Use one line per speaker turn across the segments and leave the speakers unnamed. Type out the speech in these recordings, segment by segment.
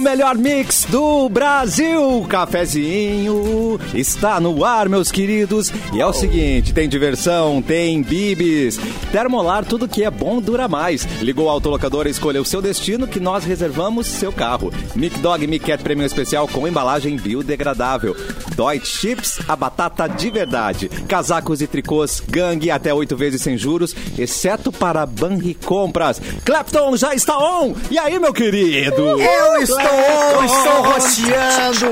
melhor mix do Brasil. Cafezinho está no ar, meus queridos. E é o seguinte, tem diversão, tem bibis. Termolar, tudo que é bom dura mais. Ligou o autolocador e escolheu seu destino que nós reservamos seu carro. Mic Dog Mic Cat Prêmio Especial com embalagem biodegradável. Deutsche Chips, a batata de verdade. Casacos e tricôs, gangue até oito vezes sem juros, exceto para Banri Compras. Clapton já está on! E aí, meu querido?
Eu estou on, estou roteando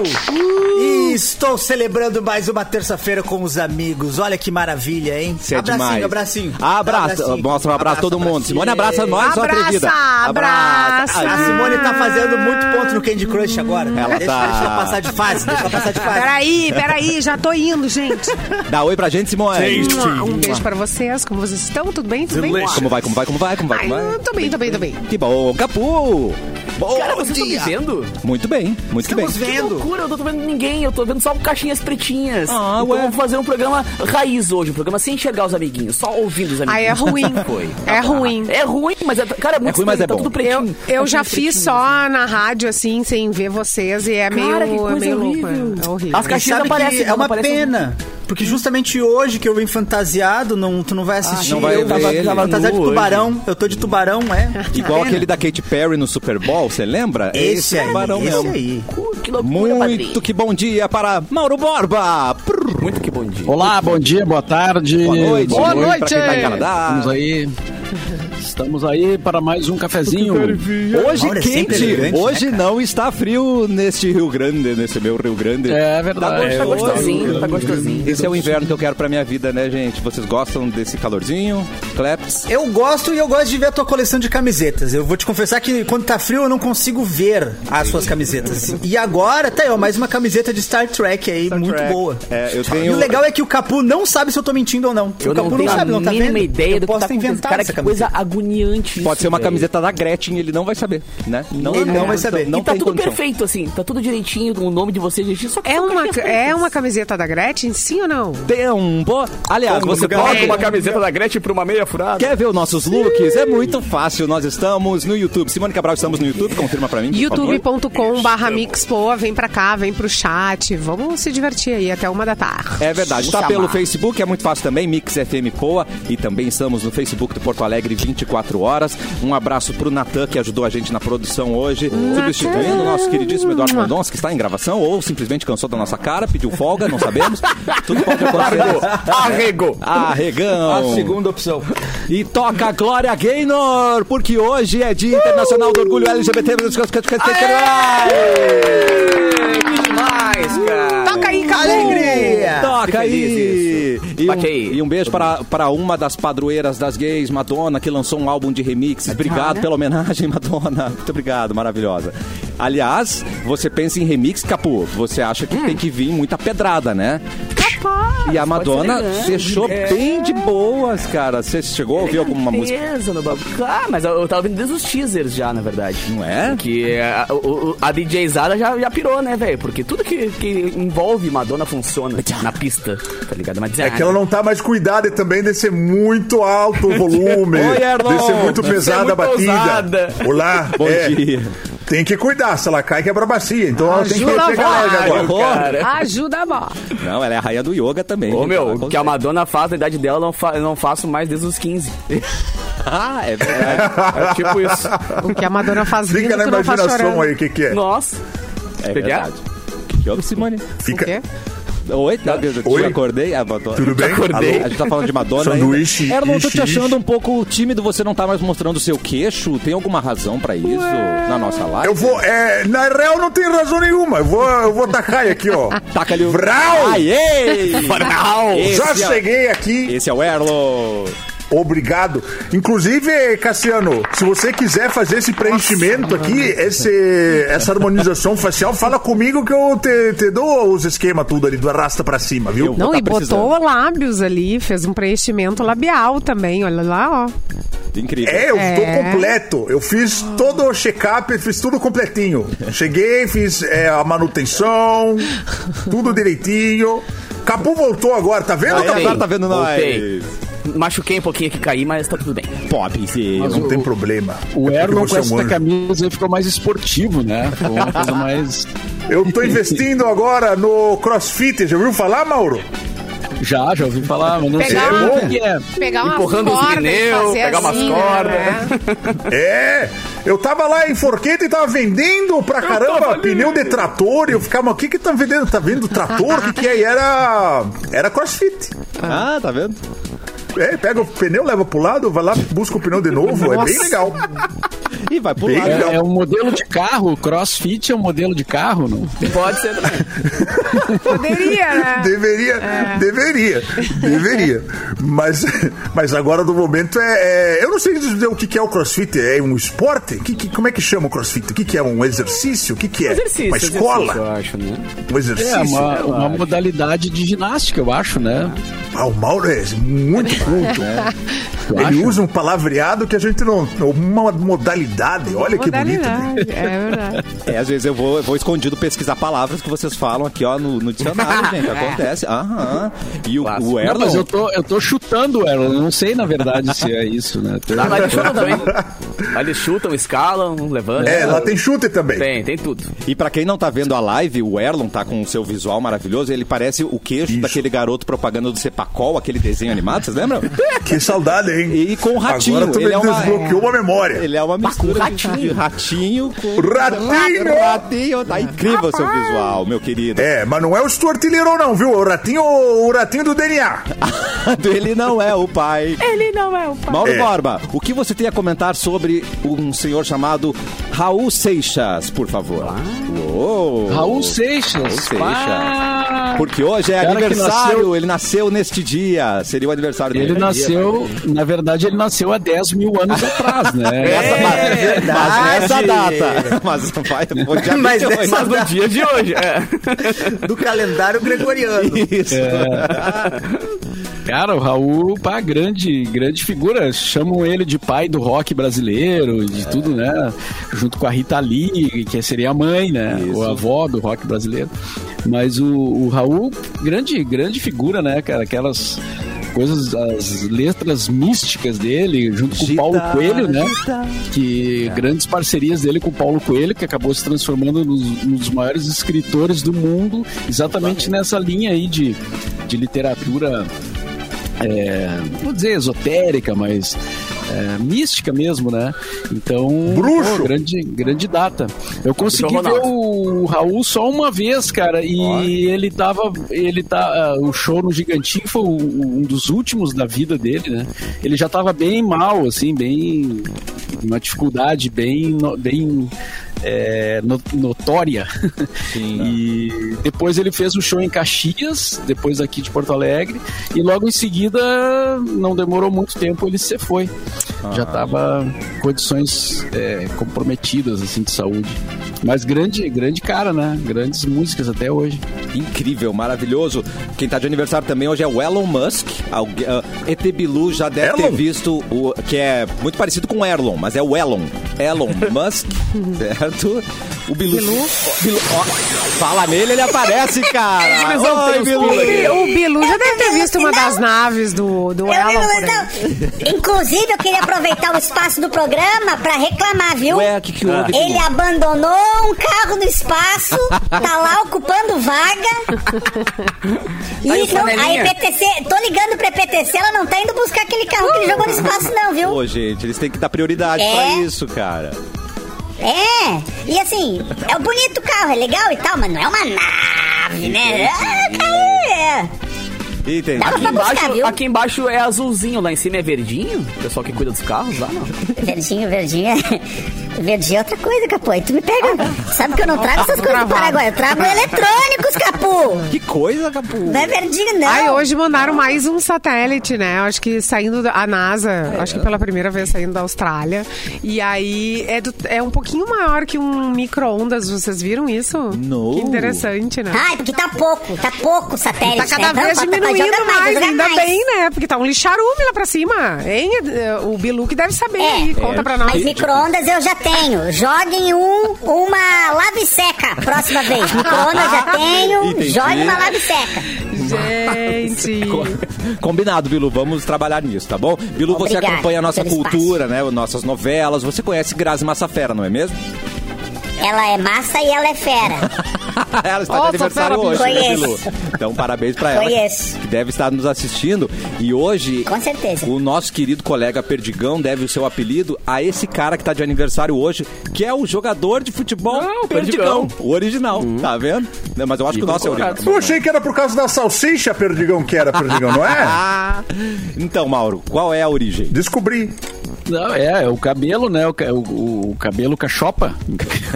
Uh.
e estou celebrando mais uma terça-feira com os amigos. Olha que maravilha, hein?
Você é demais.
abracinho.
Abraça,
Abracinho.
mostra um abraço a todo mundo. Simone abraça nós, sua
Abraça,
atrevida.
abraça.
Ai,
A Simone tá fazendo muito ponto no Candy Crush agora.
Ela
deixa,
tá.
deixa eu passar de fase, deixa eu passar de fase.
Peraí, peraí, já tô indo, gente.
Dá oi pra gente, Simone.
Um beijo pra vocês, como vocês estão? Tudo bem? Tudo bem?
Como vai, como vai, como vai, como vai,
Ai,
como vai?
eu tô bem, tô bem, tô bem.
Que bom, Capu! Bom
Cara, vocês estão me vendo?
Muito bem, muito
Estamos
bem.
Que
vendo.
loucura, eu não tô vendo ninguém, eu tô vendo só caixinhas pretinhas.
Ah,
então
ué.
vou fazer um programa raiz hoje, um programa sem enxergar os amiguinhos, só ouvindo os amiguinhos.
Ah, é ruim.
Foi.
É ruim.
É ruim, mas é, cara, é muito
ruim, mas
estranho,
é
tá
bom.
tudo
Eu,
pretinho.
eu
Tá
já
tudo
fiz
pretinho.
só na rádio, assim, sem ver vocês, e é
Cara, que
meio, é
coisa
meio louco.
horrível.
É, é horrível.
As
E
caixinhas
sabe
não aparecem,
que é
não
uma
aparecem.
pena.
um-
Porque justamente hoje que eu vim fantasiado, não, tu não vai assistir.
Ah, não vai
eu
ver ele.
fantasiado
Nu
de tubarão. Eu tô de tubarão, é. Que
Igual
pena.
aquele da Katy Perry no Super Bowl, você lembra? É
Esse aí,
tubarão
esse
mesmo.
aí.
Cu- Uh, Que loucura,
Muito que bom dia para Mauro Borba! Prrr.
Muito que bom dia.
Olá, bom dia, boa tarde.
Boa noite!
Boa
Boa noite! Pra quem tá em
Estamos
Canadá.
aí. Estamos aí para mais um cafezinho.
Hoje
Mauro é sempre
quente,
elegante, né,
hoje
cara?
não está frio neste Rio Grande, nesse meu Rio Grande.
É verdade.
Tá
Tá gostosinho, tá gostosinho.
Esse é o inverno que eu quero pra minha vida, né, gente? Vocês gostam desse calorzinho? Claps?
Eu gosto e eu gosto de ver a tua coleção de camisetas. Eu vou te confessar que quando tá frio eu não consigo ver as suas camisetas. E agora, tá aí, ó, mais uma camiseta de Star Trek aí, muito
Trek.
boa.
É, eu tenho-
E o legal é que o Capu não sabe se eu tô mentindo ou não.
Eu
o Capu
não tenho a mínima ideia
eu
do que
posso
tá acontecendo.
inventar
Cara,
essa
que
camiseta.
coisa agoniante isso,
Pode ser uma
velho.
camiseta da Gretchen, ele não vai saber, né?
Ele não vai saber.
Não
e tá
tem
tudo
condição.
perfeito, assim. Tá tudo direitinho, com o nome de vocês direitinho. Só que
É
são
uma,
caixinhas
é
pretas.
uma camiseta da Gretchen, sim ou não?
Tempo. Aliás, você pode
uma camiseta da Gretchen pra uma meia furada.
Quer ver os nossos looks? É muito fácil. Nós estamos no YouTube. Simone Cabral, estamos no YouTube. Confirma pra mim, por favor.
youtube.com barra mixpoa, vem pra cá, vem pro chat, vamos se divertir aí até uma da tarde.
É verdade. Tá pelo Facebook, é muito fácil também, Mix FM Poa. E também estamos no Facebook do Porto Alegre 24 horas. Um abraço pro Natan, que ajudou a gente na produção hoje, substituindo o nosso queridíssimo Eduardo Mendonça, que está em gravação, ou simplesmente cansou da nossa cara, pediu folga, não sabemos. Tudo pode acontecer.
Arregou.
Ah, regão!
A segunda opção.
E toca Glória Gaynor, porque hoje é Dia Internacional do Orgulho LGBT.
Tá
Toca aí, Cabu!
Alegria!
Toca aí! E um,
Toquei.
e um beijo para, para uma das padroeiras das gays, Madonna, que lançou um álbum de remixes. Obrigado pela homenagem, Madonna. Muito obrigado, maravilhosa. Aliás, você pensa em remix, Capu, você acha que tem que vir muita pedrada, né? E a Madonna deixou bem de boas, cara. Você chegou a ouvir alguma música?
Beleza, no babu. Ah, mas eu, eu tava vendo desde os teasers já, na verdade.
Não é?
Que a, o- o- a DJzada já, já pirou, né, velho? Porque tudo que, que envolve Madonna funciona na pista, tá ligado? Mas
É que ela não tá mais cuidada e também de ser muito alto o volume,
Oi, Erlon.
de ser muito
Você é
pesada
muito
a batida.
ousada.
Olá,
Bom
é,
dia.
Tem que cuidar, se ela cai quebra a bacia, então ela tem que
Ajuda
pegar
a
leve
Ai,
agora.
cara.
Ajuda a bola.
Não, ela é a rainha do yoga também.
Ô,
gente.
meu,
Ela
o que a
consegue.
Madonna faz na idade dela, eu não, fa eu não faço mais desde os 15.
Ah, é verdade.
É tipo isso.
O que a Madonna faz rindo,
Fica na
tu não faz
imaginação
chorando.
aí o que, que é.
Nossa.
É
Que que é?
verdade. Que houve, Simone?
O
Fica.
quê?
Oi, tá, eu te
Oi.
acordei. Ah, Madonna.
Tudo bem?
Alô,
Acordei.
a gente tá falando de Madonna.
Sanduíche,
ainda. Erlon, tô
ixi,
te achando
ixi.
um pouco tímido, você não tá mais mostrando o seu queixo. Tem alguma razão pra isso na nossa live?
Eu vou. é, na real não tem razão nenhuma. Eu vou, eu vou tacar aqui, ó.
Taca ali o.
Vral!
Ai, ei! Esse
Já
é-
cheguei aqui.
Esse é o Erlon.
Obrigado. Inclusive, Cassiano, se você quiser fazer esse preenchimento aqui, esse, essa harmonização facial, fala comigo que eu te, te dou os esquemas tudo ali, do arrasta pra cima, viu?
Não,
tá
e botou
precisando.
lábios ali, fez um preenchimento labial também, olha lá, ó.
Incrível.
É, eu
É.
tô completo. Eu fiz todo o check-up, fiz tudo completinho. Cheguei, fiz é, a manutenção, tudo direitinho. Capu voltou agora, tá vendo,
Agora
Ah, é
Capu?
tá vendo nós.
Voltei. Machuquei um pouquinho que caí, mas tá tudo bem.
Pop, sim.
Mas
Não tem problema.
O
É porque
Erlon
você
com
é um
essa
anjo.
camisa aí ficou mais esportivo, né? Ficou uma coisa mais.
Eu tô investindo agora no crossfit. Já ouviu falar, Mauro?
Já, já ouvi falar, mas não sei
Pegar
como
um-
é que é.
Pegar umas
Empurrando os
cordas e
pneus,
fazer
pegar umas
assim,
cordas.
Né?
É, eu tava lá em Forqueta e tava vendendo pra caramba pneu de trator. E eu ficava, mas o que que tá vendendo? Tá vendo trator? O que que é? E era, era crossfit.
Ah, tá vendo?
É, pega o pneu, leva pro lado, vai lá, busca o pneu de novo. É bem legal.
E vai né? pro
Bem
lado.
legal.
É, é um modelo de carro, crossfit é um modelo de carro, não?
Pode ser também.
Poderia, né?
Deveria,
É.
deveria, deveria. Mas, mas agora do momento é, é- Eu não sei dizer o que que é o crossfit. É um esporte? Que, que- como é que chama o crossfit? O que, que é? Um exercício? O que, que é?
Exercício.
uma escola?
exercício, eu acho, né?
Um exercício?
É uma,
eu
uma
acho.
modalidade de ginástica, eu acho, né?
Ah, o Mauro é muito culto. né?
né?
Eu
Ele
acho.
usa um palavreado que a gente não. Uma modalidade. Olha que bonito. né?
Modalidade, é verdade.
É, às vezes eu vou, eu vou escondido pesquisar palavras que vocês falam aqui, ó, no, no dicionário, gente. Acontece. Aham. E o, o
Não,
Erlon.
mas eu tô, eu tô chutando ela, eu não sei na verdade se é isso, né?
Tá.
Lá, lá eles chutam também. Lá eles chutam, escalam, levantam.
É, lá tem chute também.
Tem, tem tudo.
E pra quem não tá vendo a live, o Erlon tá com o seu visual maravilhoso. Ele parece o queixo
Isso.
daquele garoto propaganda do Cepacol, aquele desenho animado, vocês lembram?
Que saudade, hein?
E com o ratinho.
Agora tu me
ele é uma,
desbloqueou uma memória.
Ele é uma mistura ratinho. de ratinho com...
Ratinho!
Ratinho! Tá incrível o seu visual, meu querido.
É, mas não é o Stuart Little, não, viu? É O ratinho, o ratinho do DNA.
Ele não é o pai.
Ele não é o pai.
Mauro
É.
Borba, o que você tem a comentar sobre um senhor chamado Raul Seixas, por favor? Uou.
Raul Seixas.
Raul Seixas.
Pá!
Porque hoje é
Cara que
aniversário,
nasceu-
ele nasceu neste dia. Seria o aniversário dele.
Ele nasceu, na verdade, ele nasceu há 10 mil anos atrás, né?
Essa, mas, mas
verdade.
nessa É data. Mas vai, foi dia
Mas
28.
nessa
Mas no dia de hoje, é.
Do calendário gregoriano.
Isso.
Cara, o Raul, pá, grande, grande figura. Chamam ele de pai do rock brasileiro,
É.
de tudo, né? Junto com a Rita Lee, que seria a mãe, né?
Isso.
Ou a avó do rock brasileiro. Mas o, o Raul, grande, grande figura, né, cara? Aquelas coisas, as letras místicas dele, junto com o
Gita, É.
Paulo Coelho, né? Que grandes parcerias dele com o Paulo Coelho, que acabou se transformando nos- num dos maiores escritores do mundo, exatamente nessa linha aí de, de literatura é, não vou dizer esotérica, mas é, mística mesmo, né? Então,
Bruxo!
grande, grande data. Eu consegui ver
Ronaldo.
o Raul só uma vez, cara, e ele tava, ele tá, ah, o show no Gigantinho foi o- um dos últimos da vida dele, né? Ele já tava bem mal, assim, bem uma dificuldade bem, no- bem é, no- notória. e depois ele fez o show em Caxias, depois aqui de Porto Alegre, e logo em seguida, não demorou muito tempo, ele se foi. Já tava em condições é, comprometidas assim de saúde. Mas grande, grande cara, né? Grandes músicas até hoje.
Incrível, maravilhoso. Quem tá de aniversário também hoje é o Elon Musk. Algu- ah, ET Bilu já deve ter
Elon?
visto o que é muito parecido com o Erlon, mas é o Elon. Elon Musk, certo? O Bilu. Ó, Bilu, ó, fala nele, ele aparece, cara.
Felizão, tem
Oi,
os
Bilu.
O Bi- O Bilu já deve ter visto uma das naves do, do
Eu
Elon.
não,
por aí.
não. Inclusive, eu queria aproveitar o espaço do programa pra reclamar, viu?
Ué, o que que houve?
Ele abandonou um carro no espaço, tá lá ocupando vaga. E
Aí o
não, a
panelinha.
EPTC, tô ligando pra EPTC, ela não tá indo buscar aquele carro que ele jogou no espaço, não, viu?
Ô, gente, eles têm que dar prioridade
É?
pra isso, cara.
É, e assim, é um bonito carro, é legal e tal, mas não é uma nave, né? É, é.
Entendi.
Dá
Aqui
pra buscar,
embaixo,
viu?
aqui embaixo é azulzinho, lá em cima é verdinho. O pessoal que cuida dos carros lá, não.
Verdinho, verdinho é. Verdinho é outra coisa, Capu. Aí tu me pega. Sabe que eu não trago essas coisas do Paraguai. Eu trago eletrônicos, Capu.
Que coisa, Capu.
Não é verdinho, não.
Ai, hoje mandaram mais um satélite, né? Acho que saindo da a NASA,
É.
acho que pela primeira vez saindo da Austrália. E aí é, do- é um pouquinho maior que um micro-ondas, vocês viram isso?
Não.
Que interessante, né?
Ai, porque tá pouco. Tá pouco o satélite.
Tá cada
né?
vez
Então, pra- pra
diminuindo
jogar
mais,
jogar
ainda
mais.
bem, né? Porque tá um lixarume lá pra cima, hein? É, O Bilu que deve saber
É.
aí, conta pra nós.
Mas micro-ondas eu já tenho. Joguem um, uma lave seca. Próxima vez. Micro-ondas já tenho.
Entendi.
Jogue uma lave seca.
Gente.
Combinado, Bilu. Vamos trabalhar nisso, tá bom? Bilu, você
Obrigada
acompanha a nossa
pelo
cultura, né? Nossas novelas. Você conhece Grazi Massafera, não é mesmo?
Ela é massa e ela é fera.
ela está de
Nossa,
aniversário
fera,
hoje, né,
Conheço.
Bilu? Então, parabéns pra ela.
Conheço.
Que deve estar nos assistindo. E hoje.
Com certeza.
O nosso querido colega Perdigão deve o seu apelido a esse cara que tá de aniversário hoje, que é o jogador de futebol
Ah, o
Perdigão. O original, tá vendo? Não, mas eu acho que o nosso é o original.
Eu achei que era por causa da salsicha, Perdigão, que era, Perdigão, não é?
Ah, então, Mauro, qual é a origem?
Descobri.
Não, é, é o cabelo, né? O, ca- o- o cabelo cachopa.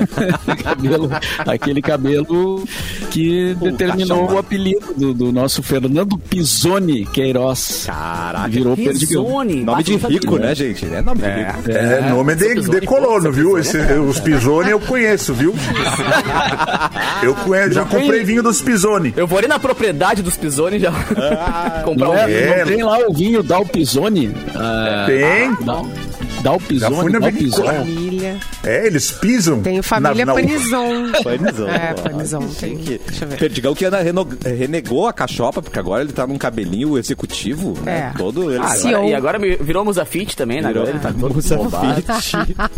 Cabelo- aquele cabelo que determinou
cachopa.
o apelido do, do nosso Fernando Pisoni Queiroz.
Caraca,
Virou Perdigão.
Pisone.
Nome de
Bastante
rico, né, gente? É nome de rico.
É, nome de, de colono, viu? Esse- é, os Pisone eu conheço, viu? Eu conheço, já comprei vinho dos Pisone.
Eu vou ali na propriedade dos Pisoni e já comprar
Não,
um.
é,
É.
não tem lá o vinho Dal Pisoni? Ah,
Tem.
Dal, Dal
Já fui
Pisoni,
na
Dal
vinícola.
Pisoni.
Família.
É, eles pisam.
Tenho família
na- na-
Panizon.
Panizão.
É,
Ah,
Panizon, tem.
que-
Deixa eu ver.
Perdigão que anda reno- renegou a cachopa, porque agora ele tá num cabelinho executivo, né?
É.
Todo ele
Ah,
Sim.
agora, e agora me- virou Musafit também, né? Agora ele tá todo bombado.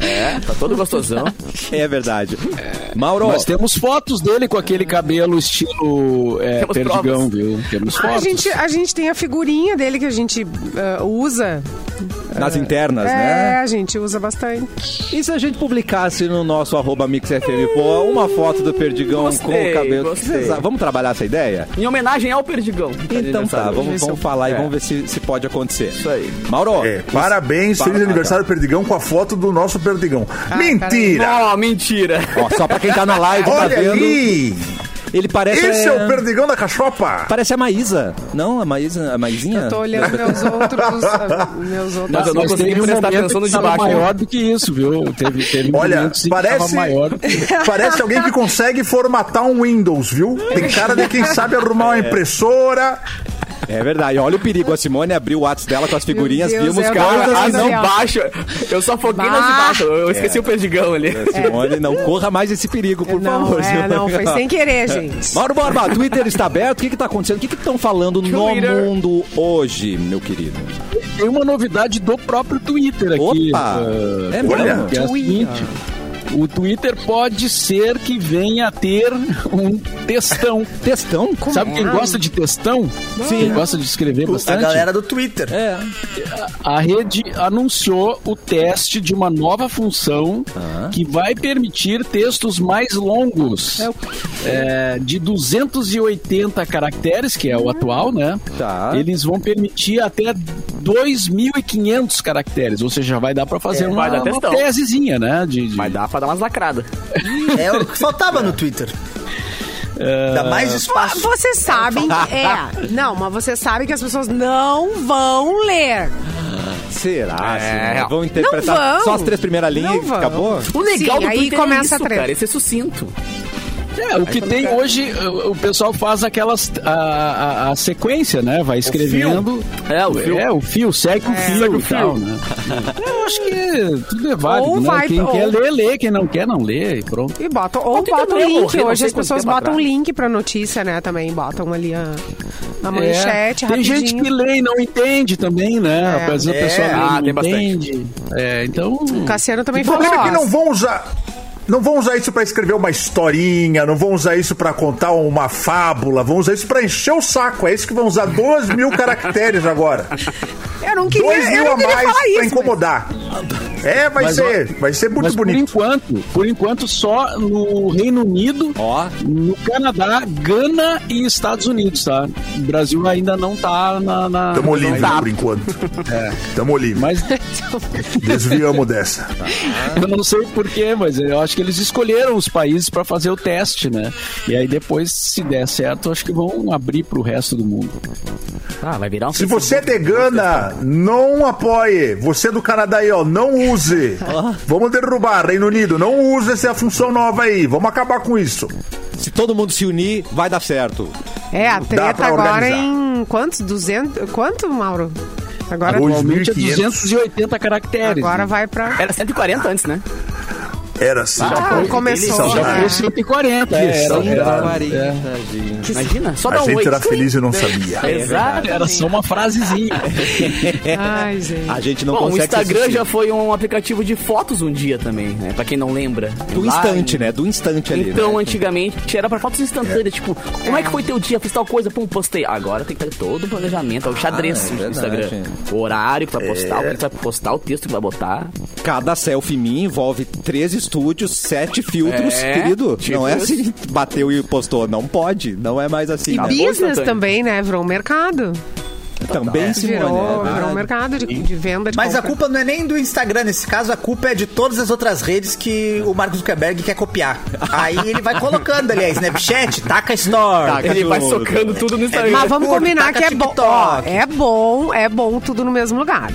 É, tá todo gostosão.
É verdade.
É.
Mauro,
Nós temos fotos dele com aquele cabelo estilo é,
Temos
Perdigão,
provas.
viu? Temos
Ah,
fotos.
a, gente, a gente tem a figurinha dele que a gente ah, usa.
um-
nas internas,
É,
né?
a gente usa bastante.
E se a gente publicasse no nosso arroba MixFM Poa uma foto do Perdigão com
Gostei,
o cabelo?
gostei.
Vocês- Vamos trabalhar essa ideia?
Em homenagem ao Perdigão. que tá de
Então tá,
aniversário hoje.
vamos, vamos falar e
É.
vamos ver se, se pode acontecer.
Isso aí.
Mauro,
É,
isso-
parabéns,
Para-
feliz aniversário, Perdigão, com a foto do nosso Perdigão. Mentira!
Ó, É. Ah, mentira.
Ó, só pra quem tá na live, tá
Olha
vendo?
ali!
Ele parece.
Esse é o Perdigão da Cachopa!
Parece a Maísa. Não, a Maísa, a Maizinha?
Eu tô olhando meus outros. ah, meus outros
Mas eu não
Mas
consegui
teve um
prestar
momento
atenção no
que
de
tava
baixo.
maior do que isso, viu? Teve, teve
Olha,
momentos em que
parece,
tava maior.
parece alguém que consegue formatar um Windows, viu? Tem cara de quem sabe arrumar uma impressora.
É verdade. Olha o perigo. A Simone abriu o WhatsApp dela com as figurinhas,
Deus,
vimos
é
coisas
verdade.
que
Ah, não,
não.
Gabriel.
baixo. Eu só foquei nas de
Bah.
baixo. Eu esqueci o Perdigão ali.
É, Simone, não corra mais esse perigo, por
Não,
favor.
é,
Simone.
não, foi sem
É.
querer, gente.
Mauro Borba, Twitter está aberto. O que está acontecendo? O que estão falando
Twitter.
no mundo hoje, meu querido?
Tem uma novidade do próprio Twitter aqui.
Opa!
ah,
É mesmo?
Olha.
que é a seguinte, o Twitter pode ser que venha a ter um textão.
Textão?
Sabe quem gosta de textão? Quem gosta de escrever
A
bastante?
galera do Twitter.
É.
A rede anunciou o teste de uma nova função
Ah.
que vai permitir textos mais longos, É, de 280 caracteres, que é o atual, né?
Tá.
Eles vão permitir até 2.500 caracteres, ou seja, vai dar para fazer uma,
É, vai dar
uma
textão.
tesezinha, né? De, de-
Mas dá pra dar umas lacradas.
É o que faltava no Twitter. Dá mais espaço.
Vocês sabem que é. Não, mas vocês sabem que as pessoas não vão ler.
Será?
É,
Simone? Vão
Não
interpretar
vão.
só as três primeiras linhas
Não
e
vão.
acabou?
O legal
Sim,
do
aí
Twitter
começa
é
a
isso,
treta.
cara. Esse é sucinto.
É, o que tem hoje, o o pessoal faz aquelas. a, a- a sequência, né? Vai escrevendo.
É, o fio.
É, o fio, segue o fio e tal, né? Eu acho que tudo é válido,
Ou
né?
vai-
quem
ou-
quer ler, lê. Quem não quer, não lê e pronto.
E botam, ou
Mas tem
botam
também, eu
link.
morri, não
Hoje
sei
as
quanto
pessoas
tempo
botam um
atrás.
link pra notícia, né? Também botam ali a, a manchete,
É. Tem
rapidinho.
gente que lê e não entende também, né? Às vezes a
É.
pessoa lê e
Ah,
não
tem bastante.
entende. É, então...
O Cassiano também falou.
Problema é que
ó,
não vão usar. Não vão usar isso pra escrever uma historinha, não vão usar isso pra contar uma fábula, vão usar isso pra encher o saco. É isso que vão usar 2 mil caracteres agora.
Eu não queria,
2
eu
mil
não
a
queria
mais
falar
pra
isso. mas-
incomodar. É, vai
Mas,
ser, vai ser muito
Mas por
bonito.
enquanto, por enquanto, só no Reino Unido,
Ó.
no Canadá, Gana e Estados Unidos, tá? O Brasil ainda não tá na... na
Tamo
não
livre
tá.
por enquanto. Tamo livre.
É. Mas
Desviamos dessa.
Eu não sei porquê, mas eu acho que eles escolheram os países para fazer o teste, né? E aí depois, se der certo, eu acho que vão abrir para o resto do mundo.
Ah, vai virar um
Se você é de Gana, não apoie. Você é do Canadá aí, ó, não use. Vamos derrubar, Reino Unido, não use essa função nova aí. Vamos acabar com isso.
Se todo mundo se unir, vai dar certo.
É, a treta
pra
agora
organizar.
em quantos? 200? Quanto, Mauro? Agora,
Dois
Atualmente é
2.500.
280 caracteres.
agora
né?
vai pra...
Era 140 antes, né?
Era assim.
Ah, começou.
Já
né?
foi 140, é, era, era, é.
40, gente.
Imagina, só
A
dá um
gente
oi. É,
era feliz e não sabia.
É
Exato.
era só uma frasezinha.
Ai, gente.
A gente não
Bom, o
consegue.
Instagram
assistir.
já foi um aplicativo de fotos um dia também, né? Pra quem não lembra.
Do
Lá,
instante, né? Do instante ali.
Então,
né?
antigamente, era pra fotos instantâneas, tipo, como é que foi teu dia? Fiz tal coisa, pum, postei. Agora tem que ter todo o planejamento, é o xadrez
é
do
verdade.
Instagram. O horário que tu vai postar, o que tu vai postar, o texto que vai botar.
Cada selfie minha envolve três estúdios, sete filtros,
É,
querido.
tipo
não é
isso.
assim, bastou e postou. Não pode, não é mais assim.
E
Tá
bi-
business
Tânia.
também, né? Virou um mercado.
bom? Também Ah, se
Virou,
né?
virou um mercado de, de venda de
Mas a
compra.
culpa não é nem do Instagram nesse caso, a culpa é de todas as outras redes que o Mark Zuckerberg quer copiar. Aí ele vai colocando ali, é Snapchat, Taca Store.
Taca
Ele vai
tudo.
socando tudo no Instagram.
É,
Mas vamos
Porra,
combinar
taca
que é bom. Ó,
TikTok.
é bom, é bom tudo no mesmo lugar.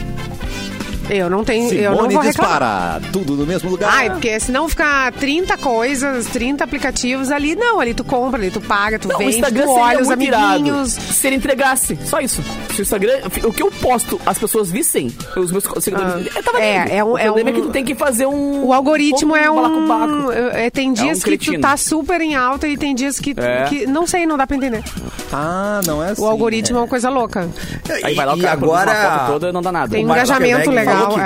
Eu não tenho. eu não
Simone
vou reclamar.
dispara. Tudo no mesmo lugar.
Ai, porque senão ficar 30 coisas, 30 aplicativos ali. Não, ali tu compra, ali tu paga, tu
Não, o
vende,
Instagram
tu
seria
olha os
muito irado
amiguinhos.
se ele entregasse. Só isso. Se o Instagram, o que eu posto, as pessoas vissem, os meus seguidores.
Ah.
eu tava
É,
vendo.
é um-
o
é
problema é, que
um-
tu tem que fazer um.
O algoritmo é um.
balacobaco.
é, tem dias que
um
tu
cretino.
tá super em alta e tem dias que,
É.
que- Não sei, não dá pra entender.
Ah, não é assim.
O algoritmo é. uma coisa louca.
Aí vai lá o
e
cara agora... uma foto
agora
toda não dá nada.
Tem um
Mark
engajamento
Zuckerberg
legal.
falou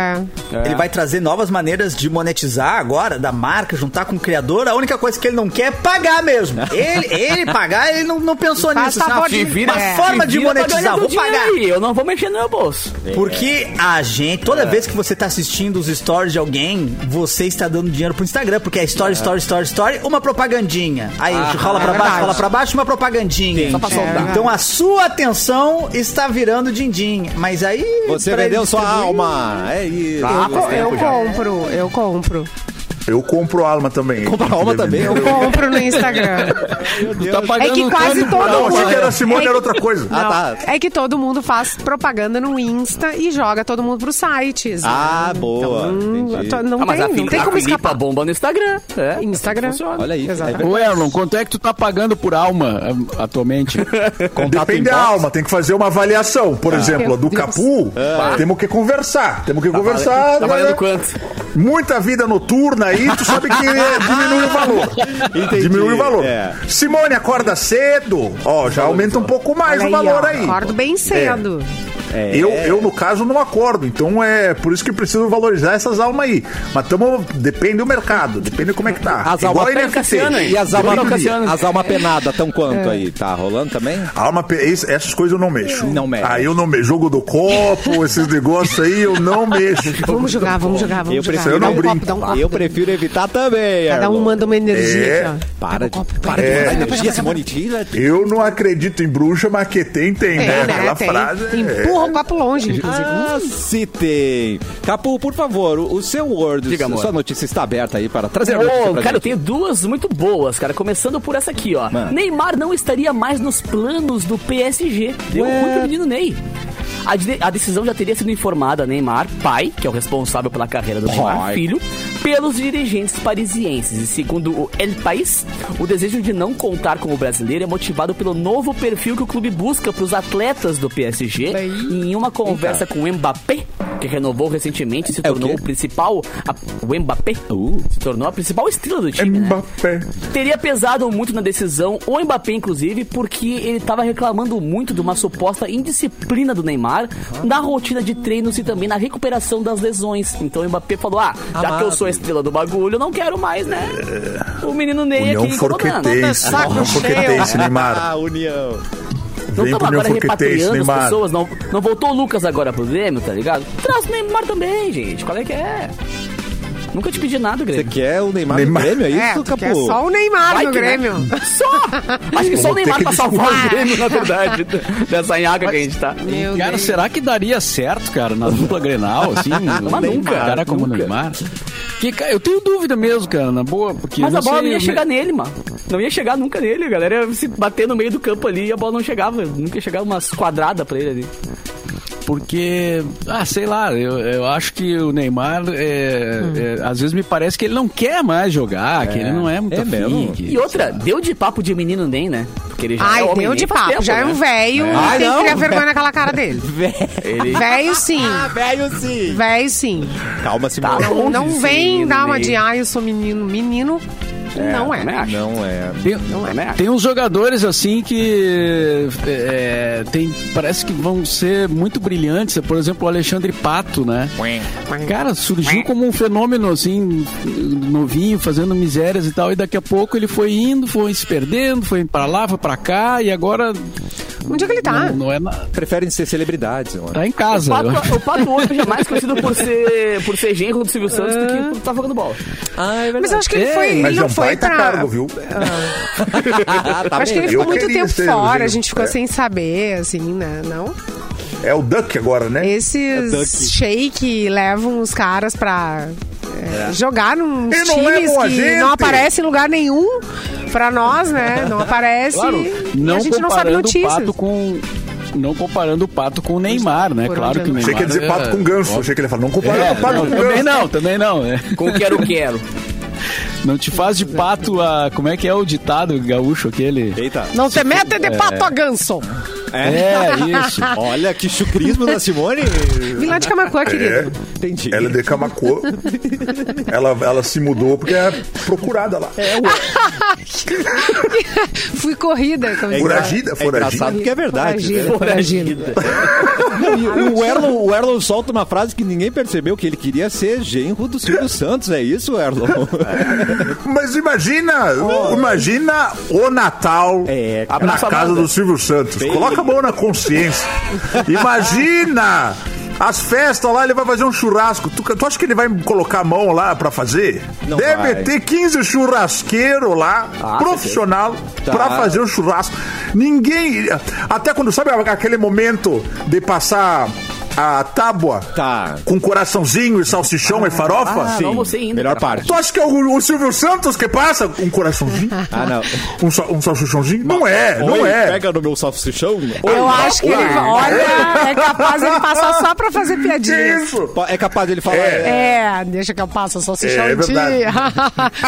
que
é.
Ele vai trazer novas maneiras de monetizar agora, da marca, juntar com o criador. A única coisa que ele não quer é pagar mesmo. Ele, ele pagar, ele não, não pensou
Faz
nisso. assim,
favor
ah,
de-
uma
é.
forma de
Vira pra ganhar
monetizar,
teu
vou
dinheiro
pagar.
aí, eu não vou mexer no meu bolso.
Porque a gente,
É.
toda vez que você tá assistindo os stories de alguém, você está dando dinheiro pro Instagram, porque é story, story, story, story, uma propagandinha. Aí
Ah,
rola
é
pra baixo,
verdade.
rola pra baixo, uma propagandinha. Só pra
É soldar. verdade.
Então a sua atenção está virando din-din. Mas aí.
É. Você
pra
vendeu sua
distribuir-
alma. É isso.
Ah,
Eu, co- eu compro, eu compro.
Eu compro alma também.
Compra alma também.
Eu-
Eu compro no Instagram.
tá
É
pagando
que quase
câmbio
todo
pra-
"Ah, Não,
mundo.
achei que era a Simone,
é
era outra coisa.
Ah, tá.
É que todo mundo faz propaganda no Insta e joga todo mundo pros sites.
Ah, boa.
Hum,
Entendi.
tô- não,
Ah, mas
tem,
a,
não
Fili-
tem
a
como
Filipa
escapar.
bomba no Instagram. É.
Instagram.
Olha aí.
Exatamente.
Ô, Erlon, quanto é que tu tá pagando por alma ah, atualmente? Contato
Depende da
inbox?
alma, tem que fazer uma avaliação. Por exemplo, a do
Deus.
Capu, temos que conversar. Temos que conversar.
Tá
né?
valendo quanto?
Muita vida noturna aí, tu sabe que diminui o valor.
Entendi,
Diminui o valor.
é.
Simone, acorda cedo. Ó, já aumenta um pouco mais
Olha
o valor
ó,
aí.
Acordo bem cedo.
Eu, eu, no caso, não acordo. Então é por isso que preciso valorizar essas almas aí. Mas tamo, depende do mercado, depende de como é que tá.
As
Igual
almas
a NFT.
Cassiano, hein?
E as
Depende do
almas
Cassiano.
as
É.
alma penadas estão quanto aí? Tá rolando também?
Alma, pe- es- essas coisas eu não mexo.
Não mexe.
Aí eu não mexo. Jogo do copo, esses negócios aí, eu não mexo.
Vamos jogar, vamos jogar, vamos
Eu
jogar.
prefiro,
Dá
um
um brinco.
copo, dá um copo.
eu prefiro evitar também.
Cada um
Erlon.
manda uma energia.
É.
aqui, ó.
Para de,
copo,
para de
é.
mandar energia, Simone. Tira.
Eu não acredito em bruxa, mas que tem, tem,
Tem,
né?
né?
Aquela
Tem.
frase. é-
Empurra o copo longe, inclusive.
Ah, se tem. Capu, por favor, o o seu Word,
Diga, amor.
sua notícia está aberta aí para trazer a notícia
Ô,
pra
cara, eu
gente.
tenho duas muito boas, cara. Começando por essa aqui, ó.
Mano.
Neymar não estaria mais nos planos do PSG. Deu
É.
ruim pro menino Ney. A, de- a decisão já teria sido informada a Neymar, pai, que é o responsável pela carreira do Neymar,
Pai.
filho, pelos dirigentes parisienses. E segundo o El País, o desejo de não contar com o brasileiro é motivado pelo novo perfil que o clube busca para os atletas do PSG. E em uma conversa com o Mbappé, que renovou recentemente, se
É o
tornou
quê?
o principal. a- o Mbappé
Uh.
se tornou a principal estrela do time. Né?
Mbappé.
Teria pesado muito na decisão, o Mbappé, inclusive, porque ele estava reclamando muito de uma suposta indisciplina do Neymar na rotina de treinos e também na recuperação das lesões. Então o Mbappé falou: ah, já que eu sou a estrela do bagulho, eu não quero mais, né? O menino Ney
É. União
aqui incomodando.
Forquetense.
Saco
União
cheio.
Forquetense, Neymar.
Ah, União.
Não
Vem
estamos Então,
pro União
agora
Forquetense,
repatriando as
Neymar.
pessoas, não, não voltou o Lucas agora pro Grêmio, tá ligado? Traz o Neymar também, gente. Qual é que é? Nunca te pedi nada,
Você
Grêmio.
quer o Neymar,
Neymar.
no Grêmio, é
É,
isso,
tu
Capu?
quer só o Neymar
Vai
Tá no
que, né?
Grêmio.
Só! Acho que só o Neymar
ter
pra
que
salvar
desculpar.
o Grêmio, na verdade, dessa nhaca que a gente tá.
Meu
Cara,
Deus.
será que daria certo, cara, na dupla Grenal, assim?
Mas
um
nunca,
cara como
nunca.
o Neymar. Que, cara, eu tenho dúvida mesmo, cara, na boa, porque...
Mas
não
a bola
sei,
não
né,
ia
eu-
chegar nele, mano. Não ia chegar nunca nele. A galera ia se bater no meio do campo ali e a bola não chegava. Nunca ia chegar umas quadradas pra ele ali.
Porque, ah, sei lá, eu, eu acho que o Neymar, é,
Hum.
é, às vezes me parece que ele não quer mais jogar, que ele não é muito
é
afim,
mesmo.
que-
E outra, deu de papo de menino nem, né? Porque ele já é
Ai,
homem
deu
nem
de
faz
papo.
tempo,
Já é
né?
um velho
Ah,
e tem
não,
que criar
velho.
vergonha naquela cara dele.
Ele-
Velho sim.
velho sim.
Velho sim.
Calma, Simone.
Tá.
Não, não
Onde
vem
sim,
dar uma
Ney?
de ah, eu sou menino. Menino não é.
Também acho.
Não é.
Tem,
Também acho.
tem uns jogadores assim que é, tem, parece que vão ser muito brilhantes. Por exemplo, o Alexandre Pato, né? Cara, surgiu como um fenômeno assim, novinho, fazendo misérias e tal. E daqui a pouco ele foi indo, foi se perdendo, foi pra lá, foi pra cá. E agora.
Onde é que ele tá?
Não, não é na-
Preferem ser celebridades, mano.
Tá em casa.
O Pato- O Pato hoje é mais conhecido por ser, por ser genro do Silvio Santos do que por estar jogando bola.
Mas eu acho que ele
Ei,
foi. Ele
Mas é
não
um
foi
baita
pra.
cargo, viu?
Ah, tá
acho que ele
bem.
ficou
Eu
muito
queria
tempo
ser
fora,
genro.
a gente ficou
É.
sem saber, assim, né? Não?
É o Duck agora, né?
Duck.
Esses shake levam os caras pra é, jogar nos
E não
times
levam a
que
gente.
não aparece em lugar nenhum pra nós, né? Não aparece
Claro,
e
não
a gente não sabe
comparando o
notícias.
Pato com. Não comparando o Pato com o Neymar, né?
Por onde
Claro que o
anda.
Neymar.
Achei que ia dizer pato
é-
com ganso. Achei que ele ia falar, não compara
É,
o pato
não,
com
também
ganso.
não, também não. né?
Com o quero, quero.
Não te faz de pato a. Como é que é o ditado gaúcho aquele?
Eita.
Não se mete de pato a ganso.
É, isso.
Olha que chucrismo da Simone.
Vim lá de Camacuã, querido.
É,
Entendi.
ela é de Camacuã. ela, ela se mudou porque é procurada lá. É.
Fui corrida. como se fala.
Foragida,
É engraçado
foragida.
porque é verdade.
Foragida,
né?
foragida.
E O Erlon, o Erlon solta uma frase que ninguém percebeu, que ele queria ser genro do Silvio Santos. É isso, Erlon?
Mas imagina, imagina o Natal
É, cara.
na
Nossa,
casa
banda.
do Silvio Santos.
Bem-
Coloca a mão na consciência. imagina! As festas lá, ele vai fazer um churrasco. Tu, tu acha que ele vai colocar a mão lá pra fazer?
Não
Deve
vai. Ah,
ter 15 churrasqueiros lá, profissional,
Tá.
pra fazer o churrasco. Ninguém. Até quando, sabe aquele momento de passar a tábua
Tá.
com coraçãozinho e salsichão e farofa?
Ah,
Ah, não almocei ainda,
Melhor
cara.
parte.
Tu acha que é o, o Silvio Santos que passa um coraçãozinho?
Ah, não.
Um, sal, um salsichãozinho? Não é, não
Oi,
é.
Pega no meu salsichão.
Eu acho que ele. Olha, é capaz ele passar só pra fazer piadinhas.
Isso.
É capaz dele falar.
É.
É, deixa que eu passo só se
É
chama
verdade.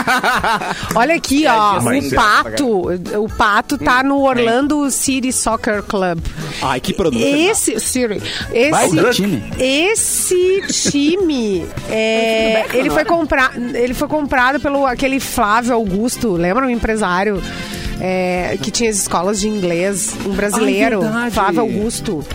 Olha aqui, ó,
Mas
o
é-
Pato, o Pato
Hum.
tá no Orlando City Soccer Club.
Ai, que produto.
Esse, Siri,
Vai,
esse
Duck. time.
Esse time, é, ele foi comprar, ele foi comprado pelo aquele Flávio Augusto, lembra um empresário é, que tinha as escolas de inglês, um brasileiro,
verdade.
Flávio Augusto.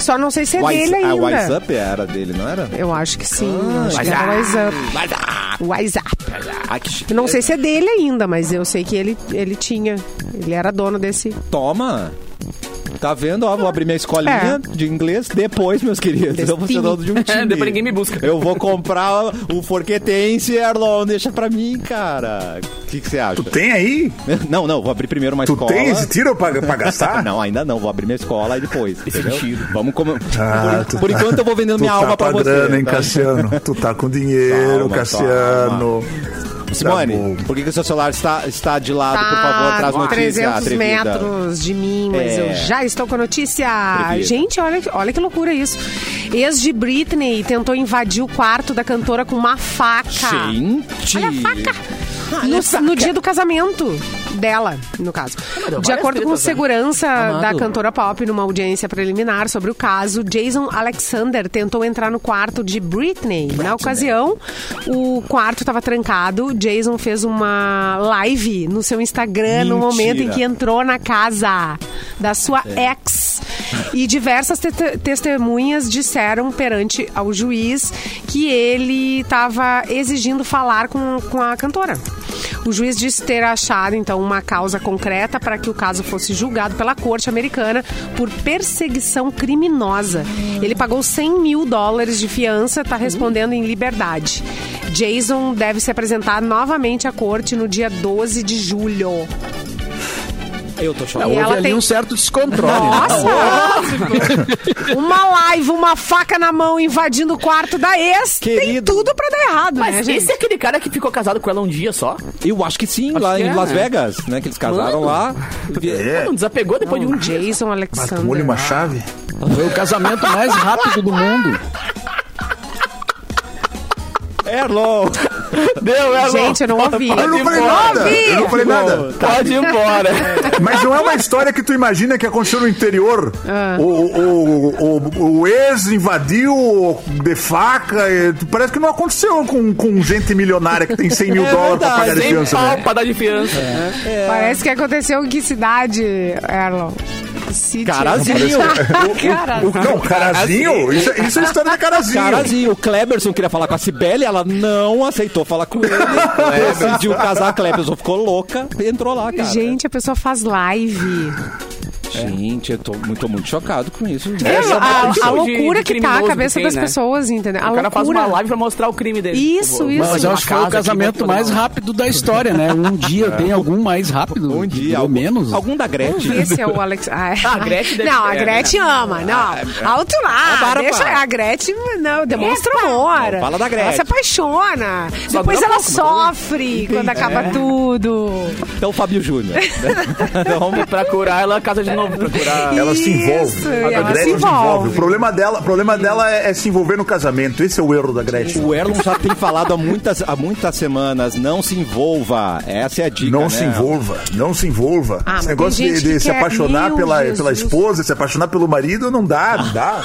Só não sei se é
Wise,
dele ainda.
a Wise Up era dele, não era?
Eu acho que sim. acho que era Wise Up. Wise Up.
Ah, que chique.
Eu não sei se é dele ainda, mas eu sei que ele, ele tinha. Ele era dono desse.
Toma. Tá vendo? Ó, vou abrir minha escolinha
É.
de inglês. Depois, meus queridos,
Desse
eu vou ser
time.
dono de um time.
depois ninguém me busca.
Eu vou comprar o Forquetense, Erlon. Deixa pra mim, cara. O que que você acha?
Tu tem aí?
Não, não, vou abrir primeiro uma
Tu
escola.
tem esse Tá. tiro pra, pra gastar?
Não, ainda não. Vou abrir minha escola e depois. Entendeu? Vamos como...
Ah,
por,
tu
por
tá-
enquanto eu vou vendendo
Tu
minha alma
tá
pra
com a
você.
grana, hein,
tá?
Cassiano? Tu tá com dinheiro,
Calma,
Cassiano.
Simone,
Tá bom.
por que, que o seu celular está, está de lado? por favor, traz notícia.
300
atrevida.
Tá metros de mim, mas
É.
eu já estou com a notícia.
Atrevida.
Gente, olha, que- olha que loucura isso. Ex de Britney tentou invadir o quarto da cantora com uma faca.
Gente!
Tá. Olha a faca! No, no dia do casamento dela, no caso. De acordo
né?
com o segurança da cantora pop, numa audiência preliminar sobre o caso, Jason Alexander tentou entrar no quarto de Britney. Na ocasião, o quarto estava trancado. Jason fez uma live no seu Instagram no momento em
Mentira.
que entrou na casa da sua ex. E diversas te- testemunhas disseram perante ao juiz que ele estava exigindo falar com, com a cantora. O juiz disse ter achado, então, uma causa concreta para que o caso fosse julgado pela corte americana por perseguição criminosa. Ele pagou 100 mil dólares de fiança, está respondendo em liberdade. Jason deve se apresentar novamente à corte no dia 12 de julho.
Eu tô chorando.
E
Houve
ela
ali
tem-
um certo descontrole. né?
Nossa! uma live, uma faca na mão invadindo o quarto da ex. Tem
Querido.
tudo pra dar errado, né,
Mas
gente?
esse é aquele cara que ficou casado com ela um dia só?
Eu acho que sim, lá
que
em
é,
Las
né?
Vegas, né? Que eles casaram
Mano.
lá.
Não desapegou depois de um dia.
Jason
Com olho
Alexander.
e Ah, uma chave?
Foi o casamento mais rápido do mundo.
Erlon!
Deu, é
Gente, eu não ouvi.
Eu não falei nada. Tá Eu não falei nada.
Pode ir embora.
Mas não é uma história que tu imagina que aconteceu no interior.
Ah.
O, o, o, o ex invadiu de faca. e Parece que não aconteceu com, com gente milionária que tem
É
100 mil dólares pra pagar de
Sem
fiança.
pau
né?
pra dar de fiança.
Parece que aconteceu em que cidade, Erlon? City.
Carazinho.
O- Não, carazinho? Isso, é- isso é história de carazinho.
Carazinho, o Kleberson queria falar com a Cibele, ela não aceitou falar com ele. decidiu casar, a Kleberson ficou louca e entrou lá, cara. É.
Gente, a pessoa faz live.
Gente, eu tô muito, tô muito chocado com isso.
Essa é uma
a, a
condição de
loucura que tá a
criminoso
cabeça
que tem,
das
né?
pessoas, entendeu? A
O cara
loucura.
faz uma live pra mostrar o crime dele.
Isso, isso.
Mas eu acho que foi o
casa aqui,
casamento
né,
vou
mais
fazer uma-
rápido da história, né? Um dia tem algum mais rápido,
É. Um dia,
ou
algum-
menos.
Algum da
Vamos
Gretchen.
ver se é o Alex. Ah,
a Gretchen deve
Não, a
ter, né?
Gretchen ama. Não. Alto
Ah,
lá.
para,
deixa
para.
a Gretchen. Não, demonstra amor.
Não, fala da Gretchen. é um
Ela se apaixona.
Só
Depois
dura
ela
pouco, mas
sofre quando acaba tudo.
Então, Fábio Júnior. Então,
E pra curar, ela casa de novo. Pra curar.
Ela se
Isso,
envolve.
e
A
ela se
Gretchen se envolve.
envolve.
O problema dela, o problema dela é, é se envolver no casamento. Esse é o erro da Gretchen.
O Erlon já tem falado há muitas, há muitas semanas, não se envolva. Essa é a dica,
Não
né?
se envolva, não se envolva.
Ah, mas
Esse
tem
negócio de,
gente
de
que
se
quer-
apaixonar
Meu
pela, pela
Jesus.
esposa, se apaixonar pelo marido, não dá, não dá.